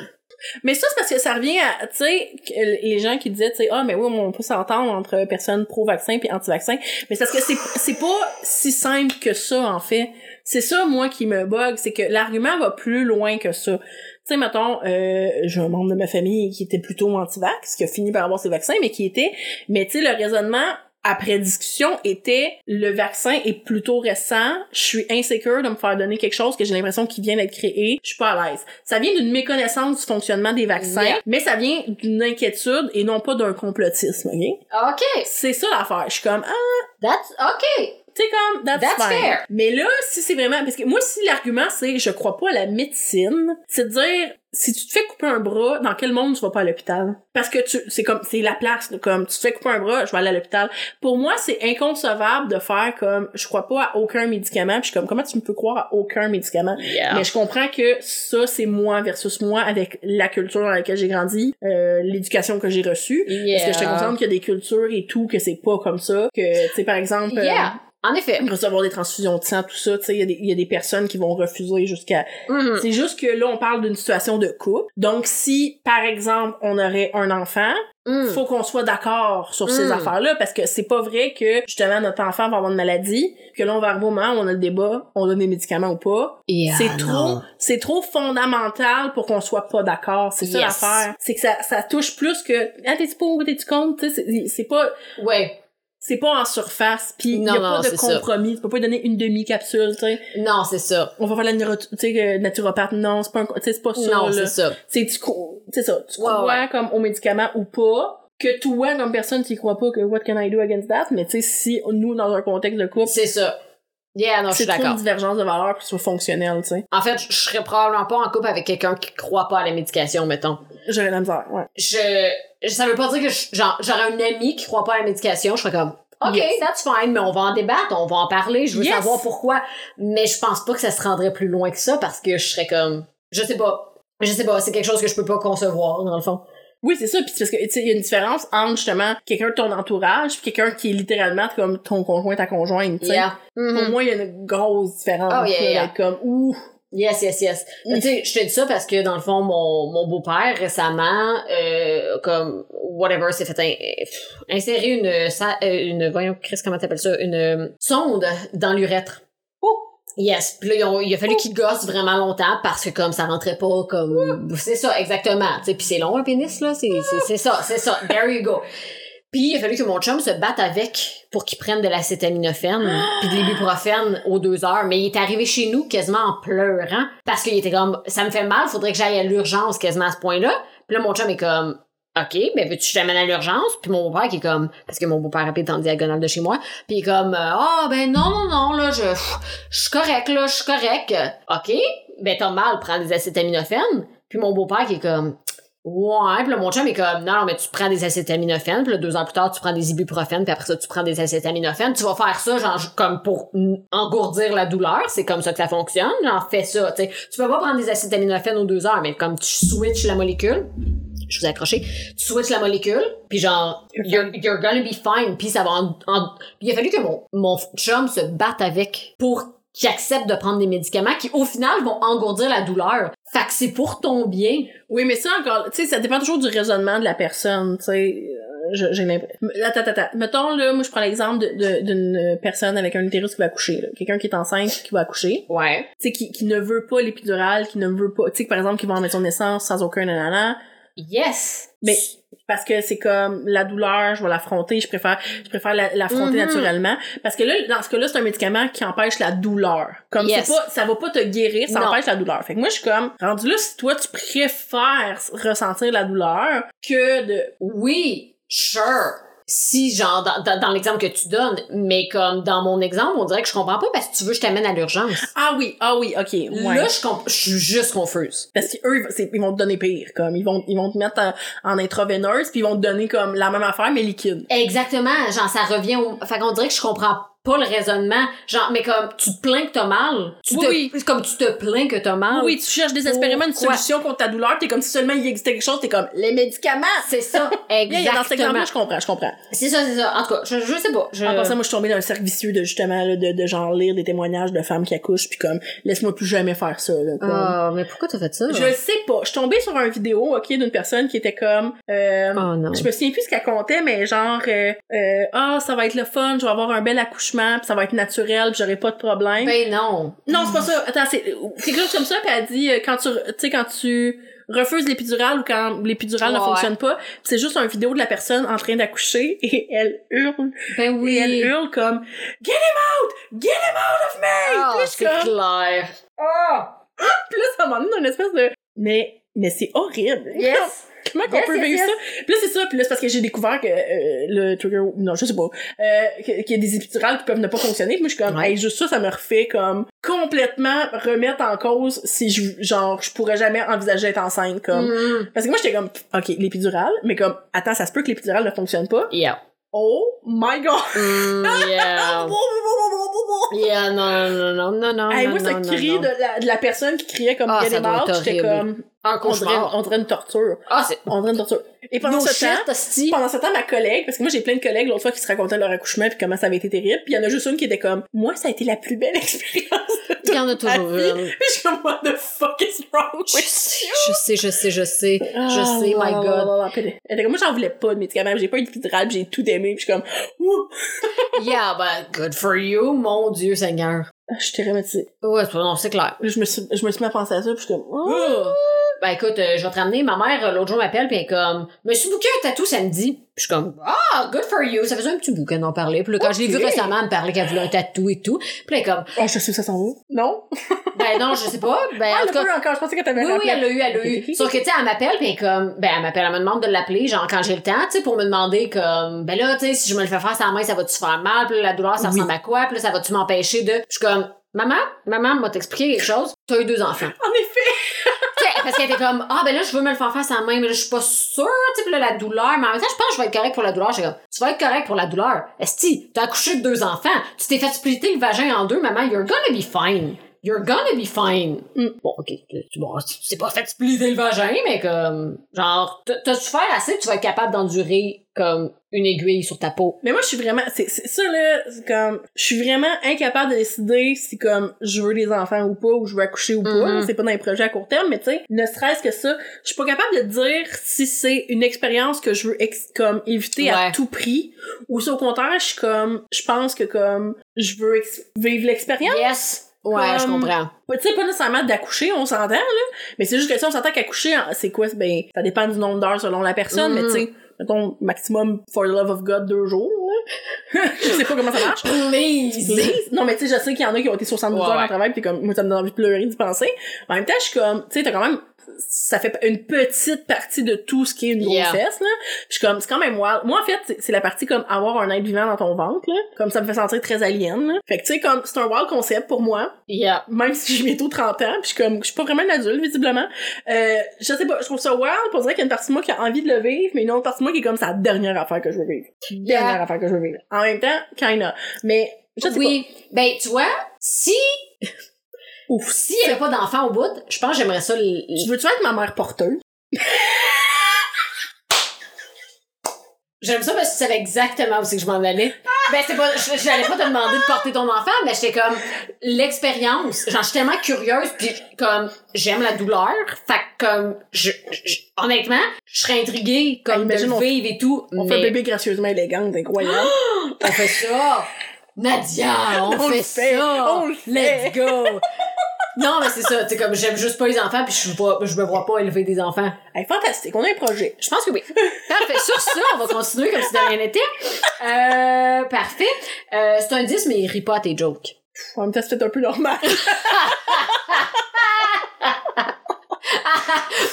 S1: Mais ça, c'est parce que ça revient à, tu sais, que les gens qui disaient, tu sais, ah, mais oui, on peut s'entendre entre personnes pro-vaccin puis anti-vaccin. Mais c'est parce que c'est, c'est pas si simple que ça, en fait. C'est ça, moi, qui me bug, c'est que l'argument va plus loin que ça. Tu sais, mettons, euh, j'ai un membre de ma famille qui était plutôt anti-vax, qui a fini par avoir ses vaccins, mais qui était, mais tu sais, le raisonnement, après discussion, était le vaccin est plutôt récent, je suis insécure de me faire donner quelque chose que j'ai l'impression qu'il vient d'être créé, je suis pas à l'aise. Ça vient d'une méconnaissance du fonctionnement des vaccins,
S2: Yeah.
S1: mais ça vient d'une inquiétude et non pas d'un complotisme, ok?
S2: OK.
S1: C'est ça l'affaire. Je suis comme, ah,
S2: That's, OK.
S1: tu sais, comme, that's,
S2: That's
S1: fine.
S2: fair.
S1: Mais là, si c'est vraiment, parce que moi, si l'argument c'est je crois pas à la médecine, c'est de dire, si tu te fais couper un bras, dans quel monde tu vas pas à l'hôpital? Parce que tu, c'est comme, c'est la place, là, comme, tu te fais couper un bras, je vais aller à l'hôpital. Pour moi, c'est inconcevable de faire comme, je crois pas à aucun médicament, puis je suis comme, comment tu me peux croire à aucun médicament? Mais je comprends que ça, c'est moi versus moi avec la culture dans laquelle j'ai grandi, euh, l'éducation que j'ai reçue.
S2: Yeah.
S1: Parce que je te consciente qu'il y a des cultures et tout, que c'est pas comme ça. Que, tu sais, par exemple, euh,
S2: Yeah. En effet.
S1: recevoir des transfusions de sang, tout ça, tu sais, il y a des- il y, a des personnes qui vont refuser jusqu'à...
S2: Mhm.
S1: C'est juste que là, on parle d'une situation de couple. Donc, si, par exemple, on aurait un enfant,
S2: Mhm.
S1: faut qu'on soit d'accord sur ces
S2: Mm.
S1: affaires-là, parce que c'est pas vrai que, justement, notre enfant va avoir une maladie, que là, on va arriver au moment où on a le débat, on donne des médicaments ou pas,
S2: Yeah,
S1: c'est trop,
S2: non.
S1: c'est trop fondamental pour qu'on soit pas d'accord. C'est ça
S2: Yes.
S1: l'affaire. C'est que ça, ça touche plus que, ah, t'es-tu pour ou t'es-tu contre? Tu sais, C'est c'est pas,
S2: Ouais.
S1: c'est pas en surface. Puis il y a
S2: Non, non,
S1: pas de
S2: c'est ça.
S1: compromis. Tu peux pas donner une demi-capsule, tu sais.
S2: Non, c'est ça.
S1: On va faire la neuro- tu sais, que naturopathe. Non, c'est pas un, tu sais, c'est pas ça,
S2: Non,
S1: là.
S2: c'est ça.
S1: C'est, tu cro- c'est ça. Tu
S2: Ouais,
S1: crois
S2: ouais.
S1: comme aux médicaments ou pas. Que toi, comme personne, tu y crois pas que what can I do against that? Mais tu sais, si nous, dans un contexte de couple,
S2: C'est ça. Yeah, non, je suis
S1: c'est trop une
S2: d'accord.
S1: divergence de valeurs puis sur fonctionnel, tu sais.
S2: En fait, je serais probablement pas en couple avec quelqu'un qui croit pas à la médication, mettons.
S1: J'aurais de la misère, ouais.
S2: Je, je- ça veut pas dire que je- genre, j'aurais un ami qui croit pas à la médication, je serais comme, OK,
S1: Yes.
S2: that's fine, mais on va en débattre, on va en parler, je veux
S1: Yes.
S2: savoir pourquoi. Mais je pense pas que ça se rendrait plus loin que ça parce que je serais comme, je sais pas. Je sais pas, c'est quelque chose que je peux pas concevoir, dans le fond.
S1: Oui, c'est ça. Puis c'est parce que tu sais, il y a une différence entre justement quelqu'un de ton entourage puis quelqu'un qui est littéralement comme ton conjoint, ta conjointe. tu sais.
S2: Yeah. Mhm.
S1: Pour moi, il y a une grosse différence.
S2: Oh, yeah,
S1: là,
S2: yeah.
S1: d'être comme ouh.
S2: Yes, yes, yes.
S1: Mm.
S2: Tu sais, je te dis ça parce que dans le fond, mon, mon beau-père récemment, euh, comme whatever, s'est fait in- pff, insérer une, sa- euh, une, voyons, Chris, comment t'appelles ça, une euh, sonde dans l'urètre.
S1: Oh!
S2: Yes, puis là, ils ont- il a fallu qu'il gosse vraiment longtemps parce que comme ça rentrait pas
S1: Oh!
S2: comme c'est ça exactement, tu sais, puis c'est long un pénis là, c'est c'est- c'est ça, c'est ça. There you go. Puis il a fallu que mon chum se batte avec pour qu'il prenne de l'acétaminophène puis de l'ibuprofène aux deux heures. Mais il est arrivé chez nous quasiment en pleurant parce qu'il était comme ça me fait mal, faudrait que j'aille à l'urgence quasiment à ce point-là. Puis là mon chum est comme OK, ben veux-tu que je t'amène à l'urgence? Puis mon beau-père qui est comme parce que mon beau-père habite en diagonale de chez moi, puis il est comme ah ben non non non là je je suis correct là, je suis correct. OK, ben t'as mal, prends des acétaminophènes. Puis mon beau-père qui est comme Ouais, puis là, mon chum est comme non, non, mais tu prends des acétaminophènes, puis là, deux ans plus tard, tu prends des ibuprofènes, puis après ça, tu prends des acétaminophènes. Tu vas faire ça, genre, comme pour engourdir la douleur. C'est comme ça que ça fonctionne. Genre, fais ça, tu sais. Tu peux pas prendre des acétaminophènes aux deux heures, mais comme tu switches la molécule, je vous ai accroché, tu switches la molécule, puis genre, you're, you're gonna be fine, puis ça va en, en- Il a fallu que mon, mon chum se batte avec pour qu'il accepte de prendre des médicaments qui, au final, vont engourdir la douleur. Fait que c'est pour ton bien.
S1: Oui, mais ça encore, tu sais, ça dépend toujours du raisonnement de la personne, tu sais. Euh, je- J'ai l'impression. Attends, attends, attends. Mettons, là, moi, je prends l'exemple de- de- d'une personne avec un utérus qui va accoucher, là. Quelqu'un qui est enceinte qui va accoucher.
S2: Ouais.
S1: Tu sais, qui, qui ne veut pas l'épidurale, qui ne veut pas, tu sais, que, par exemple, qui va en mettre son naissance sans aucun nanana.
S2: Yes.
S1: Mais parce que c'est comme la douleur, je vais l'affronter, je préfère je préfère la- l'affronter
S2: Mhm.
S1: naturellement parce que là dans ce cas-là, c'est un médicament qui empêche la douleur. Comme
S2: Yes.
S1: c'est pas ça va pas te guérir, ça
S2: Non.
S1: empêche la douleur. Fait que moi je suis comme rendu là si toi tu préfères s- ressentir la douleur que de
S2: oui, sure. Si, genre, dans, dans- dans l'exemple que tu donnes, mais comme dans mon exemple, on dirait que je comprends pas parce que tu veux que je t'amène à l'urgence.
S1: ah oui, ah oui, OK. Ouais.
S2: Là, je, comp- je suis juste confuse.
S1: parce qu'eux ils vont- c'est- ils vont te donner pire comme ils vont ils vont te mettre en, en intraveineuse puis ils vont te donner comme la même affaire mais liquide.
S2: Exactement, genre, ça revient au... Fait qu'on dirait que je comprends pas le raisonnement. Genre, mais comme, tu te plains que t'as mal. Tu
S1: Oui,
S2: te... Comme tu te plains que t'as mal.
S1: oui, tu cherches désespérément une
S2: Ah Pourquoi?
S1: solution contre ta douleur, t'es comme si seulement il existait quelque chose, t'es comme les médicaments.
S2: C'est ça,
S1: Yeah, yeah, dans cet exemple-là,
S2: exactement. Euh.
S1: je comprends, je comprends.
S2: C'est ça, c'est ça. En tout cas, je, je sais pas. Je...
S1: En passant, moi, je suis tombée dans un cercle vicieux de, justement, là, de, de genre lire des témoignages de femmes qui accouchent, puis comme, laisse-moi plus jamais faire ça, là, comme.
S2: Ah, mais pourquoi t'as fait ça?
S1: Je sais pas. Je suis tombée sur un vidéo, ok, d'une personne qui était comme, euh,
S2: Oh non.
S1: je me souviens plus ce qu'elle comptait, mais genre, euh, euh, ah, ça va être le fun, je vais avoir un bel accouchement, puis ça va être naturel, puis j'aurai pas de problème.
S2: Ben non.
S1: Non, c'est pas ça. Attends, c'est quelque chose comme ça. Puis elle dit euh, quand tu, re- tu sais, quand tu refuses l'épidurale ou quand l'épidurale ne
S2: Ouais.
S1: fonctionne pas, puis c'est juste une vidéo de la personne en train d'accoucher et elle hurle,
S2: Ben oui.
S1: et elle hurle comme Get him out, get him out of me.
S2: Ah,
S1: Puis là, je suis
S2: c'est
S1: comme-
S2: clair.
S1: Oh!
S2: Ah!
S1: Puis là, ça m'a donné une espèce de mais mais c'est horrible.
S2: Yes!
S1: Comment qu'on
S2: Yes,
S1: peut
S2: yes,
S1: vivre
S2: yes.
S1: ça? Puis là, c'est ça. Puis là, c'est parce que j'ai découvert que euh, le trigger... Non, je sais pas. Euh, que- qu'il y a des épidurales qui peuvent ne pas fonctionner. Puis moi, je suis comme...
S2: Ouais.
S1: Hey, juste ça, ça me refait comme... Complètement remettre en cause si je... Genre, je pourrais jamais envisager d'être enceinte, comme...
S2: Mm.
S1: Parce que moi, j'étais comme... OK, l'épidurale. Mais comme... Attends, ça se peut que l'épidurale ne fonctionne pas.
S2: Yeah.
S1: Oh my God!
S2: Mm, yeah. Yeah, non, non, non, non, non, non.
S1: Hey,
S2: non,
S1: moi, ce
S2: non, non,
S1: cri
S2: non.
S1: De, la, de la personne qui criait comme
S2: Ah,
S1: elle
S2: ça
S1: est
S2: doit
S1: morte,
S2: être
S1: j'étais
S2: horrible.
S1: comme...
S2: Un
S1: On dirait,
S2: Ah, cauchemar.
S1: on dirait une torture.
S2: Ah, c'est...
S1: On dirait une torture. Et pendant
S2: No
S1: ce temps...
S2: shit, hostie.
S1: pendant ce temps, ma collègue, parce que moi j'ai plein de collègues l'autre fois qui se racontaient leur accouchement puis comment ça avait été terrible, puis il y en a juste une qui était comme moi ça a été la plus belle expérience.
S2: Il y en a toujours
S1: vie.
S2: une.
S1: Puis je suis comme what the fuck is wrong
S2: Je
S1: with
S2: sais, je sais, je sais, je sais. Je
S1: Ah,
S2: sais,
S1: là, là,
S2: my
S1: là,
S2: God.
S1: là, là. Puis elle- Elle était comme moi j'en voulais pas de médicaments, j'ai pas eu de pédurale, puis j'ai tout aimé, puis je suis comme ouh,
S2: Yeah, but good for you, mon Dieu Seigneur.
S1: Ah, je suis traumatisée.
S2: Ouais, c'est- non, c'est clair.
S1: Là, Je me suis je me suis mis à penser à ça, puis je suis comme oh.
S2: ben écoute, euh, je vais te ramener. Ma mère, euh, l'autre jour, m'appelle, puis elle est comme, me suis bouqué un tatou samedi. Puis je suis comme, ah, good for you. Ça faisait un petit bout qu'elle en parlait. Puis là, quand je l'ai
S1: Ok.
S2: vue récemment, elle me parlait qu'elle voulait un tatou et tout. Puis elle est comme,
S1: Oh, je sais où ça s'en va. Non?
S2: ben non, je sais pas. Ben,
S1: Ah,
S2: en
S1: elle l'a
S2: tout cas,
S1: pas eu encore. Je pensais que t'avais
S2: oui, oui,
S1: rappelé.
S2: elle l'a eu, elle l'a eu. Sauf que, tu sais, elle m'appelle, puis elle est comme, ben, elle m'appelle, elle me demande de l'appeler, genre, quand j'ai le temps, tu sais, pour me demander, comme, ben là, tu sais, si je me le fais faire sans main, ça va-tu faire mal, puis là, la douleur, ça
S1: Oui.
S2: ressemble à quoi, puis là, ça va-tu m'empêcher de. Je suis comme, maman, maman m'a t'expliquer quelque chose, t'as eu deux enfants.
S1: En effet!
S2: Tu sais, parce qu'elle était comme, ah, ben là, je veux me le faire faire sans main, mais là, je suis pas sûre, tu sais, puis là, la douleur, mais en même temps, je pense que je vais être correcte pour la douleur. J'étais comme, tu vas être correcte pour la douleur. Esti, t'as accouché de deux enfants, tu t'es fait splitter le vagin en deux, maman, you're gonna be fine. You're gonna be fine.
S1: Mm.
S2: Bon, ok, tu- tu- bon, tu t'es pas fait splitter le vagin, mais comme, genre, t'as- t'as souffert assez, que tu vas être capable d'endurer, comme, une aiguille sur ta peau.
S1: Mais moi, je suis vraiment, c'est, c'est ça, là, c'est comme, je suis vraiment incapable de décider si, comme, je veux des enfants ou pas, ou je veux accoucher ou pas.
S2: Mhm.
S1: C'est pas dans les projets à court terme, mais tu sais, ne serait-ce que ça, je suis pas capable de dire si c'est une expérience que je veux, ex- comme, éviter à
S2: Ouais.
S1: tout prix, ou si au contraire, je suis comme, je pense que, comme, je veux ex- vivre l'expérience.
S2: Yes! Ouais, je
S1: Comme-
S2: comprends.
S1: Pas- Tu sais, pas nécessairement d'accoucher, on s'entend, là. Mais c'est juste que ça, on s'entend qu'accoucher, en- c'est quoi? c'est- Ben, ça dépend du nombre d'heures selon la personne, mais
S2: Mhm.
S1: tu sais, mettons, maximum, for the love of God, deux jours, là. Je sais pas comment ça marche.
S2: Please!
S1: Please. Non, mais tu sais, je sais qu'il y en a qui ont été 72
S2: Ouais,
S1: heures en
S2: ouais.
S1: travail, pis t'es comme, moi, ça me donne envie de pleurer, d'y penser. En même temps, je suis comme, tu sais, t'as quand même, ça fait une petite partie de tout ce qui est une
S2: Yeah.
S1: grossesse, là. Je suis comme, c'est quand même wild. Moi, en fait, c'est- c'est la partie comme avoir un être vivant dans ton ventre, là. Comme ça me fait sentir très alien, là. Fait que, tu sais, comme, c'est un wild concept pour moi
S2: Yeah.
S1: même si j'ai bientôt 30 ans, puis je suis comme, je suis pas vraiment une adulte, visiblement. Euh, je sais pas, je trouve ça wild, pour dire qu'il y a une partie de moi qui a envie de le vivre, mais une autre partie de moi qui est comme, c'est la dernière affaire que je veux vivre. Dernière
S2: Yeah.
S1: affaire que je veux vivre. En même temps, kinda. Mais, je sais
S2: Oui. Ben, tu vois, si
S1: pas. Ouf.
S2: S'il n'y avait pas d'enfant au bout, je pense que j'aimerais ça. l-
S1: Je veux-tu être ma mère porteuse?
S2: J'aime ça parce que tu savais exactement où c'est que je m'en allais. Ben, c'est pas, je, j'allais pas te demander de porter ton enfant, mais j'étais comme, l'expérience. Genre, je suis tellement curieuse puis comme, j'aime la douleur. Fait que, comme, je, je- honnêtement, je serais intriguée,
S1: Ah,
S2: comme, de
S1: imagine,
S2: le
S1: on-
S2: vivre et tout.
S1: On
S2: mais
S1: fait bébé gracieusement élégante, incroyable.
S2: on fait ça. Nadia, on,
S1: On le
S2: fait,
S1: fait,
S2: ça.
S1: on le fait.
S2: Let's go. Non, mais c'est ça. Tu sais, comme, j'aime juste pas les enfants puis je, vois- je me vois pas élever des enfants.
S1: Hey, fantastique, on a un projet.
S2: Je pense que oui. Parfait. Sur ça, on va continuer comme si de rien n'était. Euh, parfait. Euh, c'est un 10, mais il rit pas à tes jokes.
S1: En même temps, c'est peut-être un peu normal.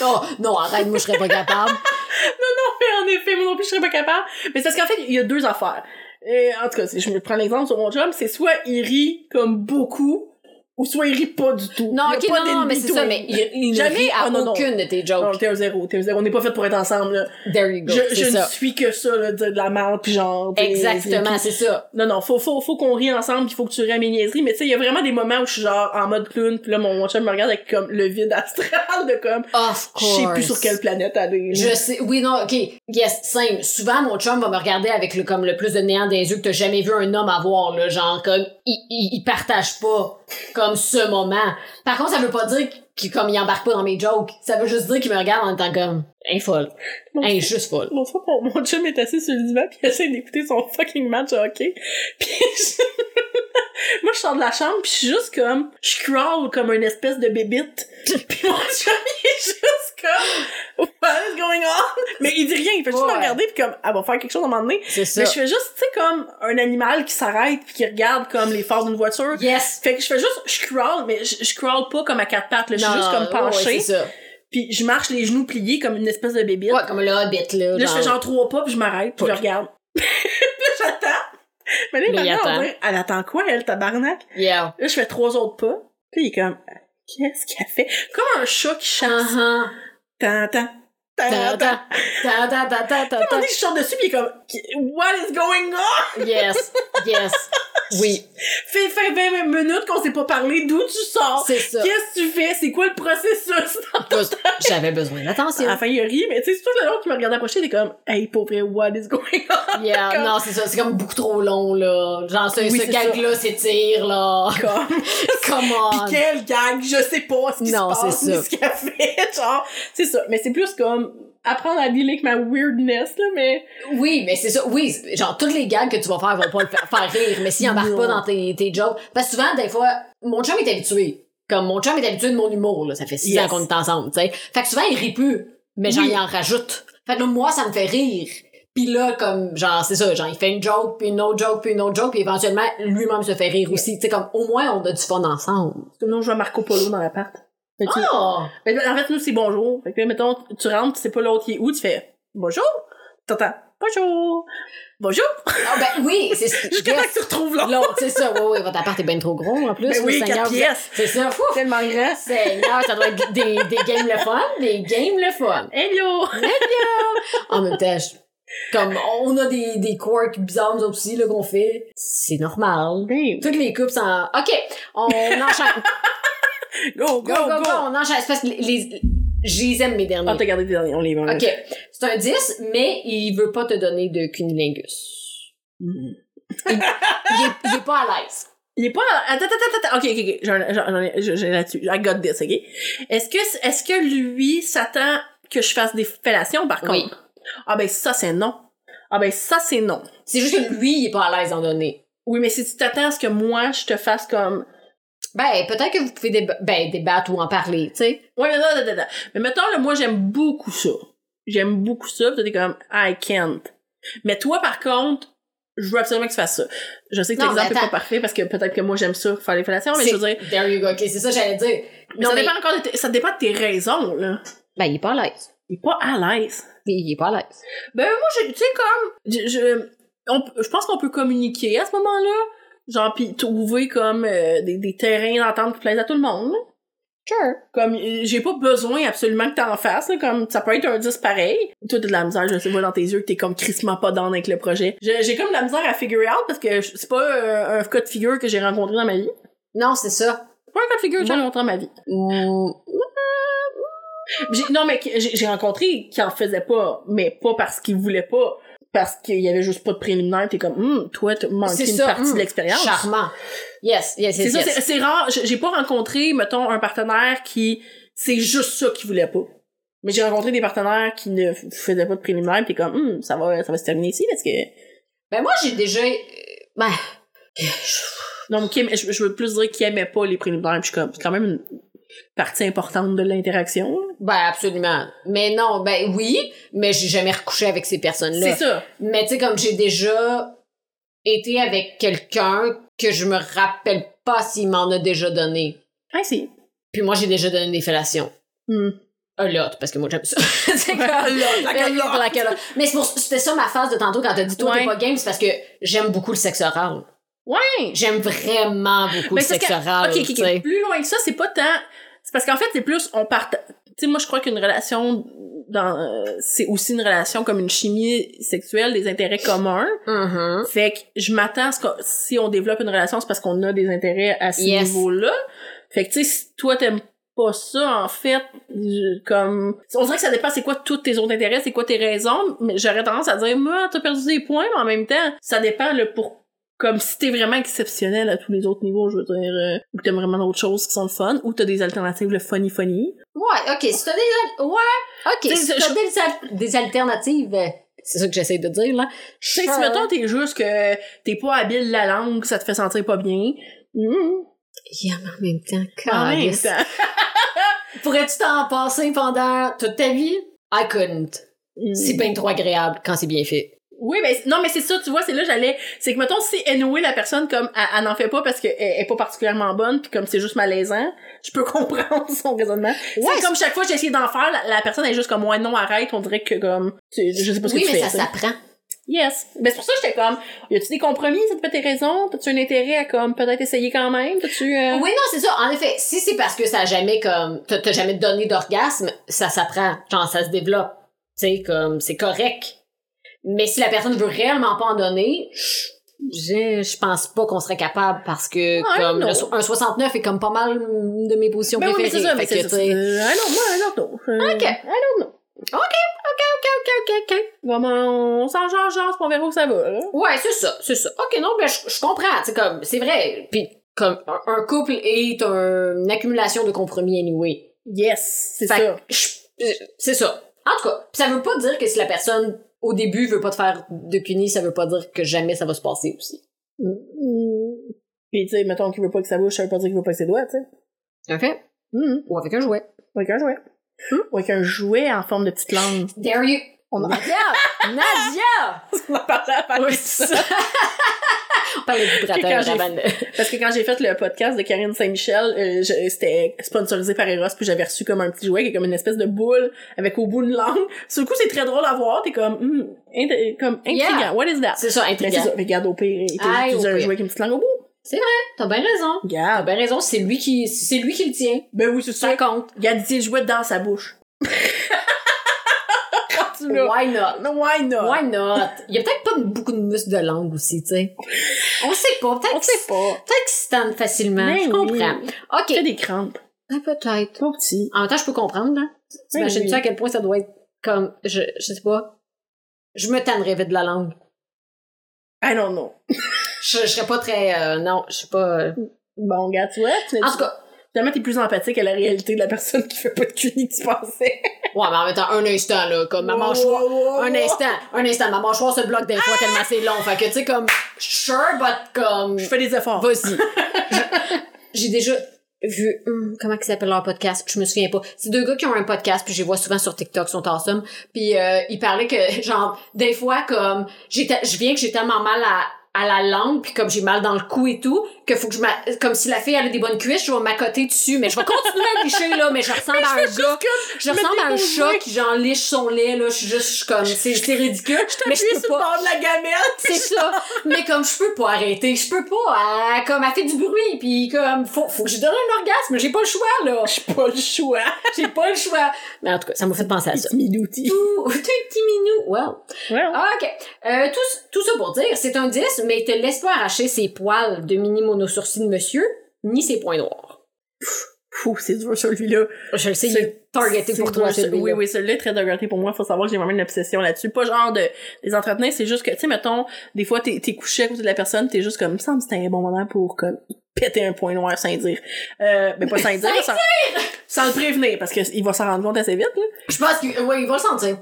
S2: Non, non, arrête, moi, je serais pas capable.
S1: Mais en effet, moi non plus, je serais pas capable. Mais c'est parce qu'en fait, il y a deux affaires. Et, en tout cas, si je me prends l'exemple sur mon chum, c'est soit il rit comme beaucoup, ou soit il rit pas du tout.
S2: Non,
S1: Il y a
S2: ok,
S1: pas
S2: non, non, mais
S1: d'in-between.
S2: c'est ça, mais il, il ne
S1: Jamais-
S2: rit à
S1: ah, non, non.
S2: aucune de tes
S1: Non,
S2: jokes.
S1: t'es un zéro, t'es un zéro. On n'est pas fait pour être ensemble, là.
S2: There you go.
S1: je je
S2: c'est
S1: ne
S2: ça.
S1: suis que ça, là, de, de la merde, pis genre... des-
S2: Exactement, c'est ça.
S1: Non, non, faut, faut, faut qu'on rie ensemble, pis faut que tu ries à mes niaiseries, mais tu sais, il y a vraiment des moments où je suis genre en mode clown, pis là, mon, mon chum me regarde avec comme le vide astral de comme...
S2: Of
S1: Je
S2: course.
S1: sais plus sur quelle planète aller. là.
S2: Je sais, oui, non, ok. Yes, simple. Souvent, mon chum va me regarder avec le, comme le plus de néant des yeux que t'as jamais vu un homme avoir, là. Genre, comme, il, il, il partage pas, comme ce moment. Par contre, ça veut pas dire qu'il, comme, il embarque pas dans mes jokes. Ça veut juste dire qu'il me regarde en étant comme, un folle. Un juste folle.
S1: L'autre fois, mon, mon chum est assis sur le divan pis il essaie d'écouter son fucking match de hockey. Pis je- moi, je sors de la chambre pis je suis juste comme, je crawl comme une espèce de bébite. pis mon chum, il est juste comme, what is going on? Mais il dit rien, il fait juste me
S2: Ouais.
S1: regarder pis comme, elle va faire quelque chose à un moment donné.
S2: C'est ça.
S1: Mais je fais juste, tu sais, comme un animal qui s'arrête pis qui regarde comme les phares d'une voiture.
S2: Yes!
S1: Fait que je fais juste, je crawl, mais je, je crawl pas comme à quatre pattes, là. Je suis
S2: Non,
S1: juste comme
S2: ouais,
S1: penchée
S2: ouais, c'est ça.
S1: pis je marche les genoux pliés comme une espèce de bébite.
S2: Ouais, comme le hobbit, là.
S1: Là, je
S2: genre.
S1: fais genre trois pas, puis je m'arrête, puis je
S2: Ouais.
S1: regarde. Puis j'attends. Mais là,
S2: Là, il
S1: maintenant, on
S2: attend.
S1: dirait, elle attend quoi, elle, tabarnak?
S2: Yeah.
S1: Là, je fais trois autres pas, puis il est comme, Euh, qu'est-ce qu'elle fait? Comme un chat qui chante.
S2: Uh-huh.
S1: T'entends? T'entends?
S2: Ta-ta. Ta-ta, ta-ta, ta-ta.
S1: Tandis que je sors dessus, puis il est comme, what is going on?
S2: Yes. Yes. Oui.
S1: Fait, fait 20 minutes qu'on s'est pas parlé, d'où tu sors?
S2: C'est ça.
S1: Qu'est-ce que tu fais? C'est quoi le processus?
S2: J'avais besoin d'attention.
S1: enfin, il rit, mais tu sais, c'est tout le long qui me regarde approcher, il est comme, hey, pour vrai, what is going on?
S2: Yeah,
S1: Comme-
S2: non, c'est ça, c'est comme beaucoup trop long, là. Genre, ce,
S1: Oui,
S2: ce
S1: c'est
S2: gag-là s'étire, là.
S1: Comme,
S2: Come
S1: Pis
S2: on.
S1: quel gag, je sais pas ce qui
S2: Ah. Non,
S1: se passe,
S2: c'est
S1: ni
S2: ça.
S1: ce qu'elle fait, genre, c'est ça. Mais c'est plus comme apprendre à dealer avec ma weirdness, là, mais...
S2: Oui, mais c'est ça. Oui, c'est- genre, tous les gags que tu vas faire vont pas le faire, faire rire, mais s'ils embarquent
S1: Non.
S2: pas dans tes, tes jokes. Parce que souvent, des fois, mon chum est habitué. Comme mon chum est habitué de mon humour, là. Ça fait six
S1: Yes.
S2: ans qu'on est ensemble, tu sais. Fait que souvent, il rit plus. Mais genre,
S1: Oui.
S2: il en rajoute. Fait que là, moi, ça me fait rire. Puis là, comme, genre, c'est ça, genre, il fait une joke, puis une autre joke, puis une autre joke, puis éventuellement, lui-même se fait rire aussi. Tu sais, comme, au moins, on a du fun ensemble.
S1: Sinon, je vois Marco Polo dans l'appart. Fait que tu-
S2: Ah!
S1: Mais En fait, nous, c'est bonjour. Fait que, là, mettons, tu rentres, tu sais pas l'autre qui est où, tu fais bonjour. T'entends bonjour. Bonjour.
S2: Ah, ben oui, c'est
S1: Jusqu'à temps
S2: yes.
S1: que tu retrouves l'autre.
S2: L'autre, c'est ça. Oui, oui, votre appart est bien trop gros, en plus.
S1: Ben
S2: Oh,
S1: oui,
S2: Seigneur,
S1: quatre
S2: vous-
S1: pièces.
S2: C'est ça. Fou,
S1: Tellement grand.
S2: Seigneur, ça doit être des, des games le fun, des games le fun.
S1: Hello!
S2: En même temps, je- comme on a des, des quirks bizarres nous autres aussi, là, qu'on fait. C'est normal.
S1: Ben,
S2: Toutes les coupes sont... OK, on enchaîne.
S1: go, go,
S2: Go, go, go, on enchaîne. C'est parce que les... les- Je les aime, mes derniers.
S1: Ah, t'as gardé tes derniers, on les vend.
S2: OK, c'est un 10, mais il veut pas te donner de cunilingus.
S1: Mm.
S2: Il est, il est pas à l'aise.
S1: Il est pas. Attends, attends, attends, attends. Ok, ok, ok. J'en- j'en- j'en ai- J'ai j'ai là-dessus. I got this, ok? Est-ce que, est-ce que lui s'attend que je fasse des fellations, par
S2: Oui.
S1: contre? Ah, ben ça, c'est non. Ah, ben ça, c'est non.
S2: C'est juste que lui, il est pas à l'aise d'en donner.
S1: Oui, mais si tu t'attends à ce que moi, je te fasse comme.
S2: Ben, peut-être que vous pouvez déba- ben, débattre ou en parler, tu sais.
S1: Ouais, mais non, non, non, non. Mais mettons, là, moi, j'aime beaucoup ça. J'aime beaucoup ça, pis t'es comme, I can't. Mais toi, par contre, je veux absolument que tu fasses ça. Je sais que
S2: Non,
S1: ton exemple
S2: mais
S1: est pas
S2: attends.
S1: parfait parce que peut-être que moi, j'aime ça, faire les fellations, mais je veux dire.
S2: C'est- There you go, ok, c'est ça que j'allais dire. Mais
S1: Non,
S2: ça
S1: ça,
S2: dé-
S1: dépend encore de tes- ça dépend de tes raisons, là.
S2: Ben, il est pas à l'aise.
S1: Il est pas à l'aise.
S2: Il est pas à l'aise.
S1: Ben moi, je- tu sais comme, je, je, on- je pense qu'on peut communiquer à ce moment-là, genre puis trouver comme euh, des, des terrains d'entente qui plaisent à tout le monde. là.
S2: Sure.
S1: Comme euh, j'ai pas besoin absolument que t'en fasses, là, comme ça peut être un 10 pareil. Toi t'as de la misère, je sais pas dans tes yeux que t'es comme crissement pas dans avec le projet. Je- J'ai comme de la misère à figure out parce que je- c'est pas euh, un cas de figure que j'ai rencontré dans ma vie.
S2: Non, c'est ça.
S1: C'est pas un cas de figure que j'ai
S2: Non.
S1: rencontré dans ma vie.
S2: Mm,
S1: J'ai- non, mais que- j'ai j'ai rencontré qui en faisait pas, mais pas parce qu'il voulait pas. Parce qu'il y avait juste pas de préliminaire, t'es comme, Hum, toi, t'as manqué
S2: C'est
S1: une
S2: ça,
S1: partie
S2: hum,
S1: de l'expérience.
S2: Charmant. Yes, yes,
S1: C'est
S2: yes.
S1: ça,
S2: yes.
S1: c'est- c'est rare. J'ai j'ai pas rencontré, mettons, un partenaire qui, c'est juste ça qu'il voulait pas. Mais j'ai rencontré des partenaires qui ne f- faisaient pas de préliminaire, pis t'es comme, Hum, ça va, ça va se terminer ici, parce que,
S2: Ben, moi, j'ai déjà. euh, Ben.
S1: non, mais qui aimait- je, je veux plus dire qu'il aimait pas les préliminaires, pis je suis comme, c'est quand même une partie importante de l'interaction. là.
S2: Ben, absolument. Mais non, ben oui, mais j'ai jamais recouché avec ces personnes-là.
S1: C'est ça.
S2: Mais tu sais, comme j'ai déjà été avec quelqu'un que je me rappelle pas s'il m'en a déjà donné.
S1: Ah, si.
S2: Puis moi, j'ai déjà donné des fellations.
S1: Hum.
S2: A lot, parce que moi, j'aime ça. c'est comme.
S1: La-
S2: Ben, pour laquelle- Mais c'est pour- c'était ça ma phase de tantôt quand t'as dit toi
S1: Ouais.
S2: t'es pas game, c'est parce que j'aime beaucoup le sexe oral.
S1: Ouais!
S2: J'aime vraiment beaucoup
S1: Mais
S2: le
S1: c'est
S2: sexe
S1: parce que-
S2: oral.
S1: Ok, ok, ok.
S2: tu sais.
S1: Plus loin que ça, c'est pas tant. C'est parce qu'en fait, c'est plus on part. Tu sais, moi, je crois qu'une relation dans, euh, c'est aussi une relation comme une chimie sexuelle, des intérêts communs.
S2: Mhm.
S1: Fait que je m'attends à ce que si on développe une relation, c'est parce qu'on a des intérêts à ce
S2: Yes.
S1: niveau-là. Fait que tu sais, si toi t'aimes pas ça, en fait, je- comme, on dirait que ça dépend c'est quoi tous tes autres intérêts, c'est quoi tes raisons, mais j'aurais tendance à dire, moi, t'as perdu des points, mais en même temps, ça dépend, le pour, comme si t'es vraiment exceptionnel à tous les autres niveaux, je veux dire, euh, ou que t'aimes vraiment d'autres choses qui sont le fun, ou t'as des alternatives, le funny funny.
S2: Ouais, ok, si t'as des, al- ouais, ok,
S1: T'sais,
S2: si t'as
S1: je-
S2: des, al- des alternatives, euh, c'est ça que j'essaie de dire, là.
S1: Tu sais, si
S2: Sure.
S1: mettons t'es juste que t'es pas habile la langue, ça te fait sentir pas bien, hum,
S2: Yeah, mais en même temps,
S1: en même
S2: calisse.
S1: temps.
S2: Pourrais-tu t'en passer pendant toute ta vie? I couldn't. C'est
S1: Mm.
S2: bien trop agréable quand c'est bien fait.
S1: Oui, mais non, mais c'est ça, tu vois, c'est là j'allais. C'est que mettons si anyway la personne comme elle, elle n'en fait pas parce qu'elle elle est pas particulièrement bonne, puis comme c'est juste malaisant, je peux comprendre son raisonnement.
S2: Ouais,
S1: c'est comme chaque fois que j'ai essayé d'en faire, la, la personne est juste comme ouais non arrête, on dirait que comme tu- je sais pas ce
S2: Oui,
S1: que tu
S2: mais
S1: fais,
S2: ça
S1: tu sais.
S2: s'apprend.
S1: Yes. Mais c'est pour ça que j'étais comme y a-tu des compromis, ça te fait tes raisons, t'as-tu un intérêt à comme peut-être essayer quand même, t'as-tu euh,
S2: Oui, non, c'est ça. En effet, si c'est parce que ça a jamais comme t'as t'as jamais donné d'orgasme, ça s'apprend, genre ça se développe. Tu sais comme c'est correct. Mais si la personne veut réellement pas en donner, je je- je pense pas qu'on serait capable parce que
S1: Ouais,
S2: comme
S1: non.
S2: le so- un 69 est comme pas mal de mes positions
S1: Ben oui, mais
S2: préférées.
S1: c'est ça,
S2: Fait
S1: mais
S2: que,
S1: c'est ça.
S2: tu sais,
S1: Euh, Ah non, moi, alors non. Euh,
S2: OK. OK, OK, OK.
S1: Vraiment, on s'en genre, genre, on verra où ça va, là.
S2: Ouais, c'est ça, c'est ça. OK, non, ben je je comprends, c'est comme c'est vrai. Puis comme un, un couple est un- une accumulation de compromis anyway.
S1: Yes, c'est
S2: Fait
S1: ça.
S2: que je- C'est ça. En tout cas, pis ça veut pas dire que si la personne au début veut pas te faire de cunis, ça veut pas dire que jamais ça va se passer aussi.
S1: Mm, Pis tu sais, mettons qu'il veut pas que ça bouge, ça veut pas dire qu'il veut pas que ses doigts, tu sais.
S2: C'est un fait.
S1: Mhm.
S2: Ou avec un jouet.
S1: Ou Avec un jouet.
S2: Hmm?
S1: Ou Avec un jouet en forme de petite langue.
S2: Dare you!
S1: On en-
S2: Nadia! Nadia!
S1: On en parlait à parler de ça.
S2: On parlait de
S1: Quand j'ai-
S2: vibrateur avant de-
S1: Parce que quand j'ai fait le podcast de Karine Saint-Michel, euh, je- c'était sponsorisé par Eros, puis j'avais reçu comme un petit jouet qui est comme une espèce de boule avec au bout une langue. Sur le coup, c'est très drôle à voir. T'es comme, hmm, int- comme intriguant.
S2: Yeah.
S1: What is that?
S2: C'est ça,
S1: Mais c'est
S2: intriguant.
S1: ça. Regarde au pire, il t'a
S2: Aïe,
S1: juste
S2: au
S1: un
S2: pire.
S1: jouet avec une petite langue au bout.
S2: T'as bien raison. T'as
S1: Regarde.
S2: bien raison, c'est lui qui, c'est lui qui le tient.
S1: Ben oui, c'est
S2: Ça
S1: ça.
S2: compte.
S1: Regarde, il tient le jouet dans sa bouche. Quand tu l'as.
S2: Why not?
S1: Why not?
S2: Why not? Il y a peut-être pas beaucoup de muscles de langue aussi, tu sais. On sait pas. Peut-être
S1: On sait
S2: que-
S1: pas.
S2: peut-être qu'ils se tendent facilement.
S1: Mais
S2: je
S1: oui.
S2: comprends.
S1: T'as
S2: OK.
S1: des crampes.
S2: Ah, peut-être.
S1: Trop petit.
S2: En même temps, je peux comprendre, là.
S1: Oui,
S2: T'imagines-tu
S1: oui.
S2: à quel point ça doit être comme, je, je sais pas. Je me tannerais vite de la langue.
S1: I don't know.
S2: Je, je serais pas très, euh, non, je sais pas. euh,
S1: Bon, regarde, tu vois, tu-
S2: En tout cas,
S1: finalement, t'es plus empathique à la réalité de la personne qui fait pas de cuni que tu pensais.
S2: ouais, mais en même temps, un instant, là, comme ma mâchoire. Un instant, un instant, ma mâchoire se bloque des fois tellement c'est long. Fait que, tu sais, comme, sure, but comme,
S1: Je fais des efforts.
S2: Vas-y. Je- J'ai déjà vu hum, comment ils s'appelle leur podcast, je me souviens pas. C'est deux gars qui ont un podcast, puis je les vois souvent sur TikTok, ils sont awesome. Puis euh, ils parlaient que genre des fois comme j'ai te- je viens que j'ai tellement mal à à la langue puis comme j'ai mal dans le cou et tout que faut que je m'a- comme si la fille elle a des bonnes cuisses je vais m'accoter dessus mais je vais continuer à licher là mais je ressemble à un gars je
S1: me
S2: ressemble à un
S1: déposer.
S2: chat qui genre liche son lait là je suis juste je suis comme c'est c'est ridicule mais je
S1: Puis
S2: peux
S1: sur
S2: pas
S1: le bord de la gamelle.
S2: c'est ça. Mais comme je peux pas arrêter, je peux pas. euh, comme elle fait du bruit, puis comme faut, faut que je donne un orgasme, j'ai pas le choix là.
S1: J'ai pas le choix.
S2: J'ai pas le choix. Mais en tout cas, ça m'a fait penser à ça.
S1: mis d'outils.
S2: Ouh, t'es un petit minou. Wow.
S1: Ouais.
S2: Ah, OK. Euh, tout, tout ça pour dire, c'est un 10, mais te laisse pas arracher ses poils de mini monosourcil de monsieur, ni ses points noirs.
S1: Fou, c'est dur celui-là.
S2: Je le sais, il
S1: C'est-
S2: est targeté
S1: C'est
S2: pour toi,
S1: dur, ce-
S2: celui-là.
S1: Oui, oui, celui-là est très targeté pour moi. Faut savoir que j'ai vraiment une obsession là-dessus. Pas genre de les entretenir, c'est juste que, tu sais, mettons, des fois, t'es t'es couché à côté de la personne, t'es juste comme, me semble que c'était un bon moment pour, comme, péter un point noir sans le dire. Euh, ben pas sans le dire, mais sans, sans le prévenir, parce qu'il va s'en rendre compte assez vite, là.
S2: Je pense qu'il ouais, il va le sentir.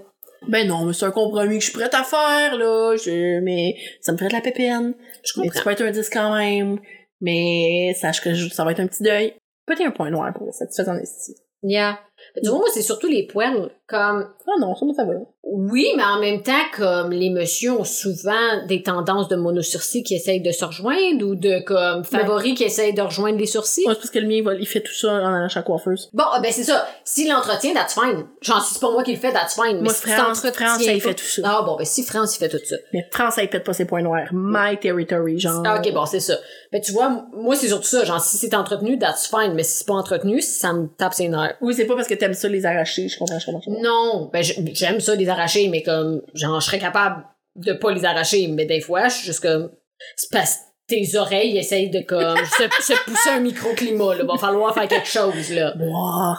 S1: Ben non, mais c'est un compromis que je suis prête à faire, là. Je, mais ça me ferait de la pépine.
S2: Je
S1: Mais
S2: comprends.
S1: tu peux être un 10 quand même. Mais sache que je- ça va être un petit deuil. Peut-être un point noir pour satisfaisant esti.
S2: Yeah. Du moins, moi, c'est surtout les poils. Comme,
S1: Ah non, ça me ça va.
S2: Oui, mais en même temps, comme les messieurs ont souvent des tendances de monosourcils qui essayent de se rejoindre ou de
S1: Ben,
S2: comme favoris qui essayent de rejoindre les sourcils.
S1: Ouais, c'est parce que le mien, il, va- il fait tout ça en allant chez la coiffeuse.
S2: Bon, ah ben c'est ça. Si l'entretien, that's fine. J'en suis c'est pas moi qui le fais, that's fine. Mais
S1: Moi,
S2: si
S1: France,
S2: t'entretiens
S1: France, elle
S2: pas-
S1: fait tout ça.
S2: Ah bon, ben si France, il fait tout ça.
S1: Mais France, elle pète pas ses points noirs. My territory, genre.
S2: Ah, ok, bon, c'est ça. Ben tu vois, m- moi c'est surtout ça. Genre, si c'est entretenu, that's fine. Mais si c'est pas entretenu, ça me tape ses nerfs.
S1: Oui, c'est pas parce que t'aimes ça les arracher. Je comprends, je comprends. je comprends.
S2: Non, ben j- j'aime ça les arracher, mais comme genre je serais capable de pas les arracher, mais des fois je suis juste comme c'est parce que tes oreilles essayent de comme se, se pousser un microclimat là, va falloir faire quelque chose là.
S1: Moi.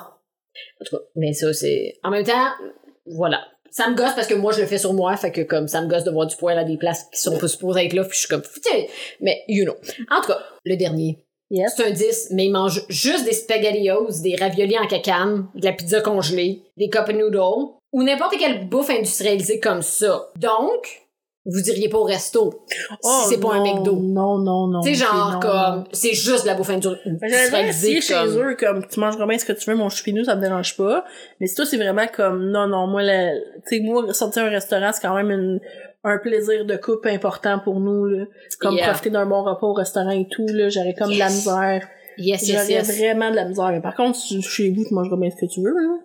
S2: En tout cas, mais ça c'est en même temps voilà. Ça me gosse parce que moi je le fais sur moi, fait que comme ça me gosse de voir du poil à des places qui sont pas supposées être là, puis je suis comme putain, mais you know. En tout cas, le dernier.
S1: Yes.
S2: C'est un 10, mais il mange juste des spaghettios, des raviolis en cacane, de la pizza congelée, des cup noodles, ou n'importe quelle bouffe industrialisée comme ça. Donc, vous diriez pas au resto. si c'est pas un
S1: Oh, non,
S2: McDo.
S1: Non, non, non.
S2: Tu sais, genre,
S1: non.
S2: comme, c'est juste de la bouffe indu-
S1: Ben, J'avais essayé
S2: industrialisée.
S1: chez
S2: comme-
S1: eux, comme, tu mangeras bien ce que tu veux, mon choupinou, ça me dérange pas. Mais c'est toi, c'est vraiment comme, non, non, moi, la- tu sais, moi, sortir un restaurant, c'est quand même une- un plaisir de couple important pour nous, là. Comme
S2: Yeah.
S1: profiter d'un bon repas au restaurant et tout, là, j'aurais comme de la
S2: Yes.
S1: misère.
S2: Yes, yes,
S1: J'aurais
S2: yes.
S1: vraiment de la misère. Mais par contre, tu- chez vous, tu mangeras bien ce que tu veux, là.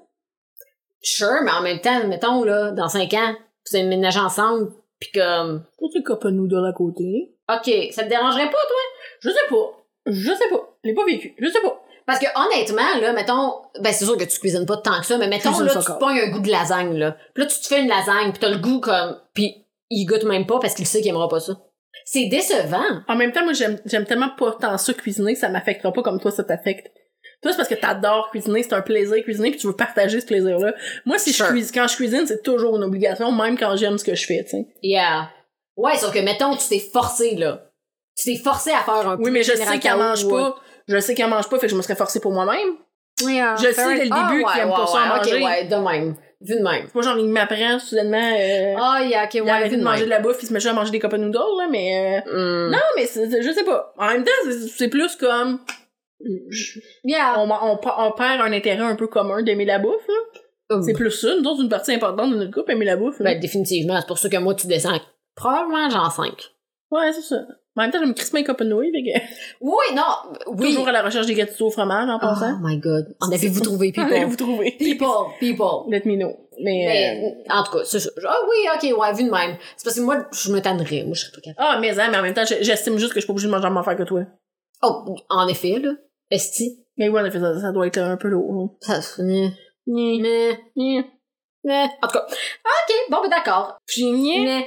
S2: Sure, mais en même temps, mettons, là, dans 5 ans, vous allez ménager ensemble, puis comme,
S1: Toi, tu copes nous de l'autre côté.
S2: OK, ça te dérangerait pas, toi?
S1: Je sais pas. Je sais pas. Je l'ai pas vécu. Je sais pas.
S2: Parce que honnêtement, là, mettons, ben c'est sûr que tu cuisines pas tant que ça, mais mettons,
S1: Cuisine
S2: là,
S1: ça
S2: tu te
S1: encore.
S2: pognes un goût de lasagne, là. Puis là, tu te fais une lasagne, pis t'as le goût comme. Puis il goûte même pas parce qu'il sait qu'il aimera pas ça. C'est décevant.
S1: En même temps, moi, j'aime j'aime tellement pas tant ça cuisiner que ça m'affectera pas comme toi, ça t'affecte. Toi, c'est parce que t'adores cuisiner, c'est un plaisir cuisiner, puis tu veux partager ce plaisir-là. Moi, si
S2: Sure.
S1: je cuisine, quand je cuisine, c'est toujours une obligation, même quand j'aime ce que je fais, tu sais.
S2: Yeah. Ouais, sauf que mettons, tu t'es forcé, là. Tu t'es forcé à faire un
S1: Oui, mais je sais qu'elle mange
S2: ouais.
S1: pas. Je sais qu'elle mange pas, fait que je me serais forcée pour moi-même.
S2: Yeah.
S1: Je sais
S2: Fair-
S1: dès le
S2: Ah,
S1: début
S2: ouais,
S1: qu'il aime
S2: ouais,
S1: pas ça à
S2: ouais, ok,
S1: manger.
S2: ouais, de même. Vu de même.
S1: C'est pas genre, il m'apprend soudainement, euh,
S2: Ah, yeah, ok,
S1: il
S2: ouais,
S1: a arrêté
S2: vu
S1: de manger
S2: même.
S1: de la bouffe, il se met juste à manger des cup noodles, là, mais euh,
S2: Hmm.
S1: Non, mais c'est- c'est- je sais pas. En même temps, c'est- c'est plus comme je-
S2: Yeah.
S1: on, on, on perd un intérêt un peu commun d'aimer la bouffe, là.
S2: Euh,
S1: C'est plus ça, nous autres, une partie importante de notre couple, aimer la bouffe, là.
S2: ben, définitivement, c'est pour ça que moi, tu descends à- probablement genre 5.
S1: Ouais, c'est ça. En même temps, j'aime Crispin Copenouille, fait que-
S2: Oui, non, oui.
S1: toujours à la recherche des gâteaux au fromage, en
S2: Oh
S1: passant.
S2: my god. En avez-vous trouvé, people?
S1: Allez vous trouver.
S2: People, people.
S1: Let me know. Mais, euh,
S2: Mais, en tout cas, ça, je- ah oui, ok, ouais, vu de même. C'est parce que moi, je me tannerais. Moi, je serais pas capable.
S1: Ah, mais, hein, mais en même temps, je- j'estime juste que je suis pas obligée de manger la même affaire que toi.
S2: Oh, en effet, là. Esti.
S1: Mais oui, en effet, ça, ça doit être un peu lourd. hein.
S2: Ça, mais,
S1: Nya,
S2: mais,
S1: nya, nya.
S2: en tout cas. Ok, bon, ben d'accord.
S1: Puis, nya.
S2: Mais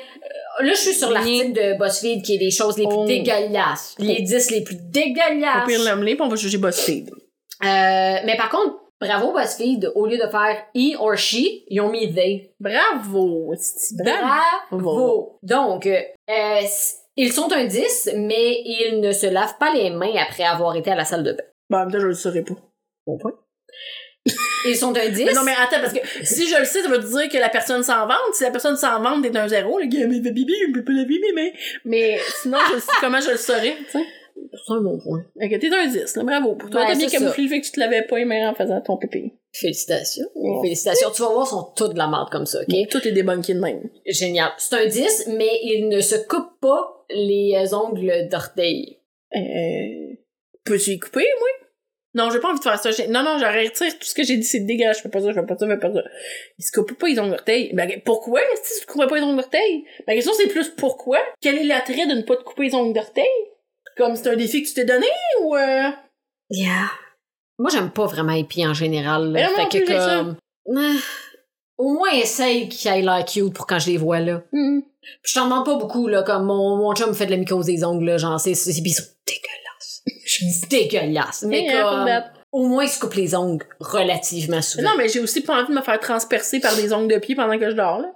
S2: euh, là, je suis sur l'article de BuzzFeed qui est les choses les plus
S1: Oh.
S2: dégueulasses. Les 10 les plus
S1: Au
S2: dégueulasses.
S1: pire, l'omelette, puis on va juger BuzzFeed.
S2: Euh, mais par contre, bravo BuzzFeed, au lieu de faire he or she, ils ont mis they.
S1: Bravo! c'est-tu bien.
S2: Ben, Bravo! Donc, euh, euh, s- ils sont un 10, mais ils ne se lavent pas les mains après avoir été à la salle de bain.
S1: Bon, en même temps, je le saurais pas.
S2: Bon point. Ils sont un 10.
S1: Mais non, mais attends, parce que si je le sais, ça veut dire que la personne s'en vante. Si la personne s'en vante, t'es un zéro. Le gars, mais bébé, je peux pas laver mes mains. Mais sinon, je le sais, comment je le saurais, tu sais?
S2: C'est un bon point.
S1: Ok, t'es un 10, là, bravo. Pour toi,
S2: Ouais,
S1: t'as bien
S2: c'est
S1: camouflé le fait que tu te l'avais pas aimé en faisant ton pépé.
S2: Félicitations.
S1: Ouais.
S2: Félicitations. Tu vas voir, ils sont toutes de la merde comme ça, OK?
S1: Tout est débunké de même.
S2: Génial. C'est un 10, mais ils ne se coupent pas les ongles d'orteil.
S1: Euh... Peux-tu y couper, moi? Non, j'ai pas envie de faire ça. J'ai- Non, non, j'arrête retire tout ce que j'ai dit, c'est dégage, je fais pas ça, je fais pas ça, je fais pas ça. Ils se coupent pas, ils ont l'orteil. Ben, pourquoi, si tu te coupais pas les ongles d'orteil? Ma question, c'est plus pourquoi? Quel est l'attrait de ne pas te couper les ongles d'orteil? Comme c'est un défi que tu t'es donné, ou euh...
S2: Yeah. Moi, j'aime pas vraiment les pieds en général. là.
S1: Ben non,
S2: fait
S1: non
S2: que
S1: plus, j'ai ça.
S2: comme... Ah. Au moins, essaye qu'ils aillent l'air cute pour quand je les vois, là.
S1: hmm.
S2: Puis je t'en demande pas beaucoup, là, comme mon, mon chum fait de la mycose des ongles, là, genre, c'est, c'est, c'est- puis ils sont dégueulasses. Je dis dégueulasses. Mais
S1: Hey,
S2: euh,
S1: hein, faut
S2: comme,
S1: me battre.
S2: au moins, ils se coupent les ongles relativement souvent.
S1: Non, mais j'ai aussi pas envie de me faire transpercer par des ongles de pied pendant que je dors, là.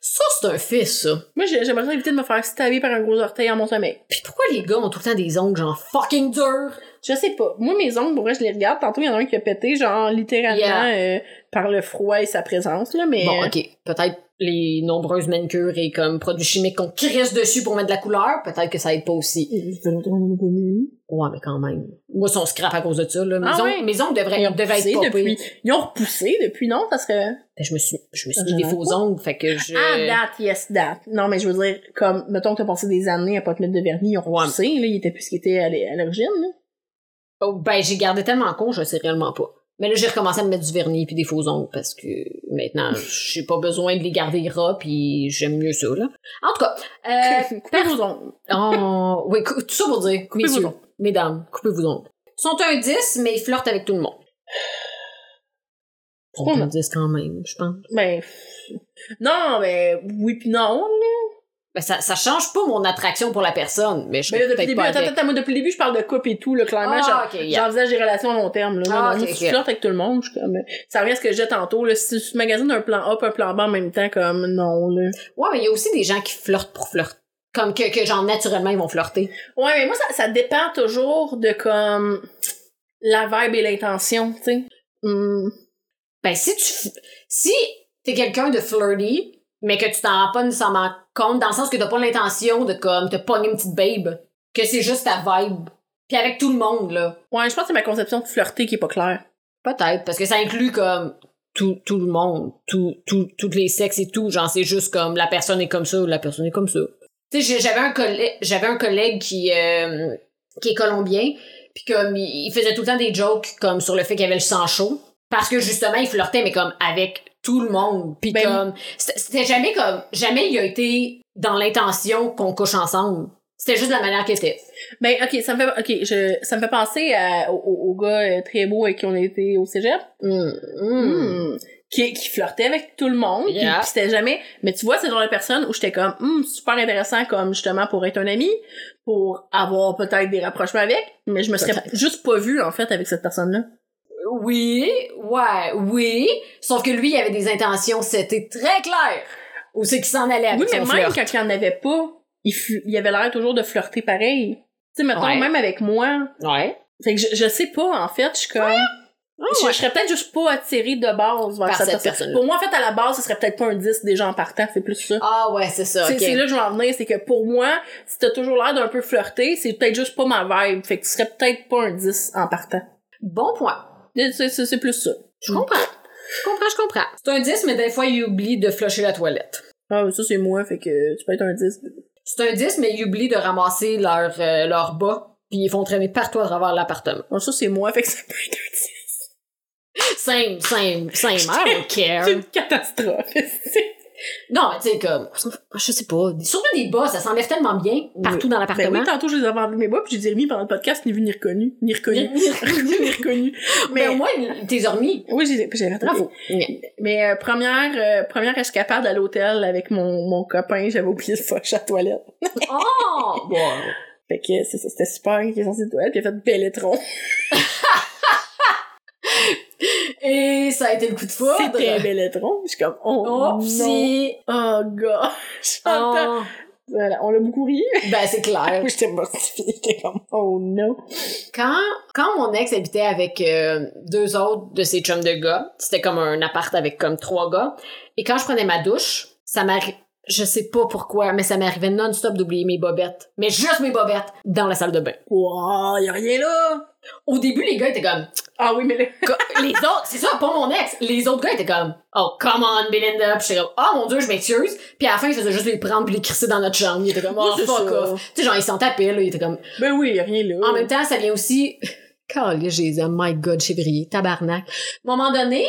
S2: Ça, c'est un fils, ça.
S1: Moi, j'ai- j'aimerais ça éviter de me faire stabber par un gros orteil en mon sommeil.
S2: Puis pourquoi les gars ont tout le temps des ongles, genre, fucking durs?
S1: Je sais pas. Moi, mes ongles, pour vrai, je les regarde. Tantôt, il y en a un qui a pété, genre, littéralement, euh, par le froid et sa présence, là, mais...
S2: Bon, ok. Peut-être les nombreuses manucures et, comme, produits chimiques qu'on crisse dessus pour mettre de la couleur, peut-être que ça aide pas aussi. Ouais, mais quand même. Moi, si on scrape à cause de ça, là, mes
S1: Ah
S2: ongles,
S1: ouais?
S2: mes ongles devraient,
S1: Ils ont
S2: Ben, devraient
S1: repoussé
S2: être popés.
S1: depuis. Ils ont repoussé depuis, non? Ça serait...
S2: Ben, je me suis, je me suis
S1: Ah,
S2: mis des
S1: j'en ai
S2: faux ongles, fait que je...
S1: Ah, date, yes, date. Non, mais je veux dire, comme, mettons que t'as passé des années à pas te mettre de vernis, ils ont
S2: Ouais.
S1: repoussé, là, ils étaient plus ce qu'ils étaient à l'é- à l'origine, là.
S2: Oh, ben, j'ai gardé tellement con, je sais réellement pas. Mais là, j'ai recommencé à me mettre du vernis puis des faux ongles parce que maintenant, j'ai pas besoin de les garder ras puis j'aime mieux ça, là. En tout cas, euh,
S1: Coupez vos ongles.
S2: on- oui, cou- tout ça pour dire,
S1: Coupez vos
S2: messieurs,
S1: ongles.
S2: mesdames, coupez vos ongles. Ils sont un 10, mais ils flirtent avec tout le monde. Ils sont
S1: Vraiment.
S2: un 10 quand même, je pense.
S1: Ben... pff. Non, mais oui pis non, là.
S2: Ben, ça, ça change pas mon attraction pour la personne, mais je
S1: Mais Ben, là,
S2: serais
S1: depuis le début,
S2: peut-être pas
S1: attends,
S2: avec.
S1: attends, moi, depuis le début, je parle de couple et tout, là, clairement, genre,
S2: Ah, ok, yeah.
S1: J'envisage des relations à long terme. Là. Non,
S2: Ah,
S1: non, moi,
S2: ok,
S1: si
S2: ok.
S1: je flirte avec tout le monde, je suis comme. Ça revient à ce que j'ai tantôt. Là. Si tu magasines un plan A puis un plan B en même temps, comme non. Là.
S2: Ouais, mais il y a aussi des gens qui flirtent pour flirter. Comme que, que genre, naturellement, ils vont flirter.
S1: Ouais, mais moi, ça, ça dépend toujours de comme la vibe et l'intention, tu sais. Hum.
S2: Ben, si tu. f- Si t'es quelqu'un de flirty, mais que tu t'en rends pas nécessairement compte, dans le sens que t'as pas l'intention de comme te pogner une petite babe, que c'est juste ta vibe. Puis avec tout le monde, là.
S1: Ouais, je pense que c'est ma conception de flirter qui est pas claire.
S2: Peut-être, parce que ça inclut comme tout, tout le monde, tout, tout, toutes les sexes et tout. Genre, c'est juste comme la personne est comme ça ou la personne est comme ça. Tu sais, j'ai- j'avais un collègue, j'avais un collègue qui, euh, qui est colombien, puis comme il, il faisait tout le temps des jokes comme sur le fait qu'il avait le sang chaud, parce que justement il flirtait mais comme avec tout le monde, puis
S1: Ben
S2: comme c'était c'était jamais comme jamais il a été dans l'intention qu'on couche ensemble. C'était juste la manière qu'il était.
S1: Ben, ok, ça me fait, ok, je, ça me fait penser à, au, au- au gars euh, très beau avec qui on a été au cégep.
S2: Mm,
S1: Hmm. Qui, qui flirtait avec tout le monde. puis-
S2: Yeah.
S1: Puis c'était jamais. Mais tu vois, c'est le genre de personne où j'étais comme, Hmm, super intéressant, comme justement pour être un ami, pour avoir peut-être des rapprochements avec. Mais je me serais
S2: Peut-être.
S1: juste pas vue, en fait, avec cette personne-là.
S2: Oui, ouais, oui. Sauf que lui, il avait des intentions, c'était très clair. Ou c'est qu'il s'en allait avec
S1: Oui, mais
S2: son
S1: même
S2: flirt.
S1: quand il y en avait pas, il, fu- il avait l'air toujours de flirter pareil. Tu sais, mettons,
S2: Ouais.
S1: même avec moi.
S2: Ouais.
S1: Fait que je, je sais pas, en fait, je suis comme. je, je serais peut-être juste pas attirée de base vers cette
S2: Par cette
S1: personne.
S2: personne-là.
S1: Pour moi, en fait, à la base, ce serait peut-être pas un 10 déjà en partant, c'est plus ça.
S2: Ah ouais, c'est ça,
S1: C'est-
S2: ok.
S1: C'est là que je vais en venir, c'est que pour moi, si t'as toujours l'air d'un peu flirté, c'est peut-être juste pas ma vibe. Fait que tu serais peut-être pas un 10 en partant.
S2: Bon point.
S1: C'est- C'est c'est plus ça.
S2: Je comprends. Je comprends, je comprends. C'est un 10, mais des fois, il oublie de flusher la toilette.
S1: Ah, mais ça, c'est moi, fait que tu peux être un 10.
S2: C'est un 10, mais ils oublient de ramasser leur, euh, leur bas, puis ils font traîner partout à travers l'appartement.
S1: Bon, ça, c'est moi, fait que ça peut être un 10.
S2: Same, same, same. I don't
S1: C'est
S2: care.
S1: une catastrophe.
S2: Non, mais tu sais, comme, je sais pas. Surtout des bas, ça s'enlève tellement bien partout dans
S1: ben
S2: l'appartement.
S1: oui, tantôt, je les avais enlevés mes bas, puis j'ai dit remis pendant le podcast, ni vu ni reconnu. Ni reconnu. ni reconnu. Mais,
S2: mais Ben, au moins, t'es hormis.
S1: oui, j'ai j'ai raté.
S2: Bravo.
S1: Mais euh, première, euh, première escapade à l'hôtel avec mon, mon copain, j'avais oublié de flush à la toilette.
S2: Oh! Bon.
S1: Fait que c'est ça, c'était super, il est sorti de toilette, puis il a fait Belletron.
S2: Et ça a été le coup de foudre.
S1: C'était un Belletron. Je suis comme, oh,
S2: Oh,
S1: non.
S2: si.
S1: Oh, god. J'entends.
S2: Oh.
S1: Voilà, on a beaucoup ri.
S2: Ben, c'est clair.
S1: Moi, j'étais mortifiée, j'étais comme, oh non.
S2: Quand, quand mon ex habitait avec euh, deux autres de ses chums de gars, c'était comme un appart avec comme trois gars, et quand je prenais ma douche, ça m'arrivait, je sais pas pourquoi, mais ça m'arrivait non-stop d'oublier mes bobettes, mais juste mes bobettes, dans la salle de bain.
S1: Wow, y a rien là.
S2: Au début, les gars étaient comme,
S1: Ah oui, mais là,
S2: co- les autres, c'est ça, pas mon ex, les autres gars étaient comme, oh, come on, Belinda, puis j'étais comme, oh mon dieu, je m'excuse, puis à la fin, je faisais juste les prendre puis les crisser dans notre chambre, ils étaient comme,
S1: Oui,
S2: oh,
S1: c'est
S2: fuck
S1: ça.
S2: off. Tu sais, genre, ils s'en tapaient, là, ils étaient comme,
S1: ben oui, y a rien là.
S2: en même temps, ça vient aussi. Calé, j'ai dit, my god, février, tabarnak. À un moment donné,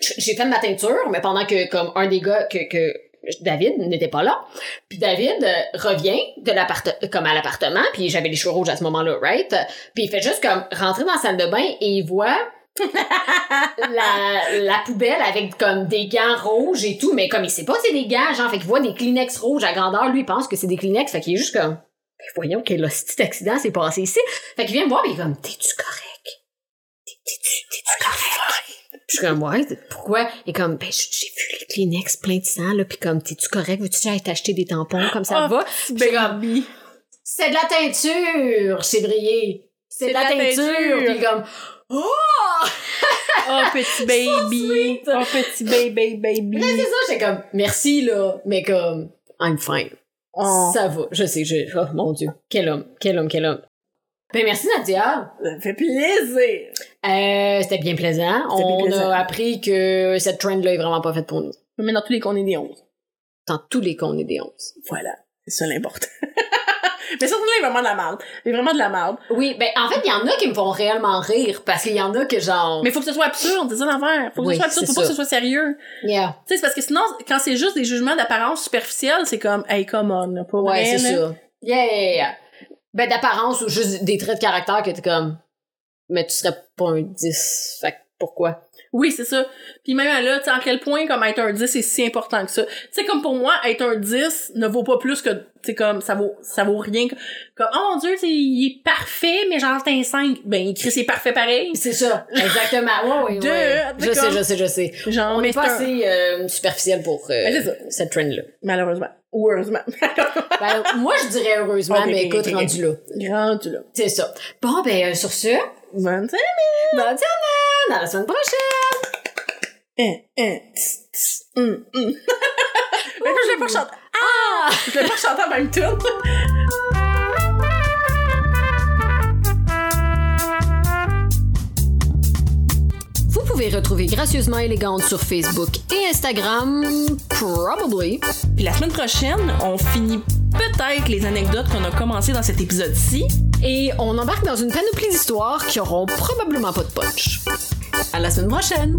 S2: j- j'ai fait ma teinture, mais pendant que, comme, un des gars que, que David n'était pas là. Puis David euh, revient de l'apparte- comme à l'appartement, puis j'avais les cheveux rouges à ce moment-là, right? Puis il fait juste comme rentrer dans la salle de bain et il voit la, la poubelle avec comme des gants rouges et tout, mais comme il sait pas c'est des gants, genre, fait qu'il voit des Kleenex rouges à grandeur, lui il pense que c'est des Kleenex, fait qu'il est juste comme, Ben, voyons quel petit accident s'est passé ici. Fait qu'il vient me voir, pis il est comme, t'es-tu correct? T'es- T'es-tu, t'es-tu correct? Puis je suis comme, ouais, pourquoi? Et comme, ben, j- j'ai vu les Kleenex plein de sang, là, pis comme, t'es-tu correct? Veux-tu que j'aille t'acheter des tampons? Comme ça
S1: Ah,
S2: va?
S1: petit
S2: Puis je suis comme,
S1: baby.
S2: c'est de la teinture, février. C'est de la, teinture. Puis comme, oh!
S1: Oh, petit baby.
S2: sweet.
S1: oh, petit baby, baby.
S2: Là, c'est ça, j'étais comme, merci, là, mais comme, I'm fine.
S1: Oh.
S2: Ça va, je sais, je... Oh, mon Dieu, quel homme, quel homme, quel homme. Ben, merci, Nadia.
S1: Ça me fait plaisir.
S2: Euh, c'était bien plaisant.
S1: C'était bien
S2: On
S1: plaisant.
S2: a appris que cette trend-là est vraiment pas faite pour nous.
S1: Mais dans tous les cas, on est des 11.
S2: Dans tous les cas, on est des 11.
S1: Voilà. C'est ça l'important. mais surtout là, il est vraiment de la merde. Il est vraiment de la merde.
S2: Oui, ben, en fait, il y en a qui me font réellement rire, parce qu'il y en a que genre...
S1: Mais faut que ce soit absurde, c'est ça l'envers. Faut que
S2: Oui,
S1: ce soit absurde,
S2: c'est
S1: faut pas que
S2: ça.
S1: ce soit sérieux.
S2: Yeah.
S1: Tu sais, c'est parce que sinon, quand c'est juste des jugements d'apparence superficielle, c'est comme, hey, come on, là, pour
S2: Ouais,
S1: vrai,
S2: c'est
S1: là.
S2: ça. Yeah, yeah, yeah. Ben, d'apparence ou juste des traits de caractère que t'es comme, mais tu serais pas un 10. Fait que pourquoi?
S1: Oui, c'est ça. Puis même là, tu sais, à quel point, comme, être un 10 c'est si important que ça. Tu sais, comme pour moi, être un 10 ne vaut pas plus que, tu sais, comme, ça vaut, ça vaut rien. que- Comme, oh mon dieu, tu sais, il est parfait, mais genre, t'es un 5. Ben, Chris c'est parfait pareil.
S2: C'est ça. Exactement. Ouais, ouais,
S1: Deux,
S2: ouais. Je
S1: d'accord.
S2: sais, je sais, je sais.
S1: Genre,
S2: On
S1: mais
S2: n'est pas
S1: c'est un-
S2: assez euh, superficiel pour euh,
S1: Mais c'est ça.
S2: cette trend-là.
S1: Malheureusement. Ou heureusement.
S2: Ben, moi, je dirais heureusement,
S1: Ok,
S2: mais
S1: ok,
S2: écoute,
S1: ok, ok.
S2: rendu là.
S1: Grand, tu l'as.
S2: ben, C'est ça. Bon, ben, euh, sur ce,
S1: Vingt-cinq.
S2: bonne semaine! À la semaine prochaine!
S1: Hein, hein, tss, tss, hum, hum. Mais là, je l'ai pas chanté.
S2: Ah!
S1: Je l'ai pas chanté en même temps.
S2: Vous pouvez retrouver Gracieusement Élégante sur Facebook et Instagram, probably.
S1: Puis la semaine prochaine, on finit peut-être les anecdotes qu'on a commencé dans cet épisode-ci.
S2: Et on embarque dans une panoplie d'histoires qui auront probablement pas de punch. À la semaine prochaine!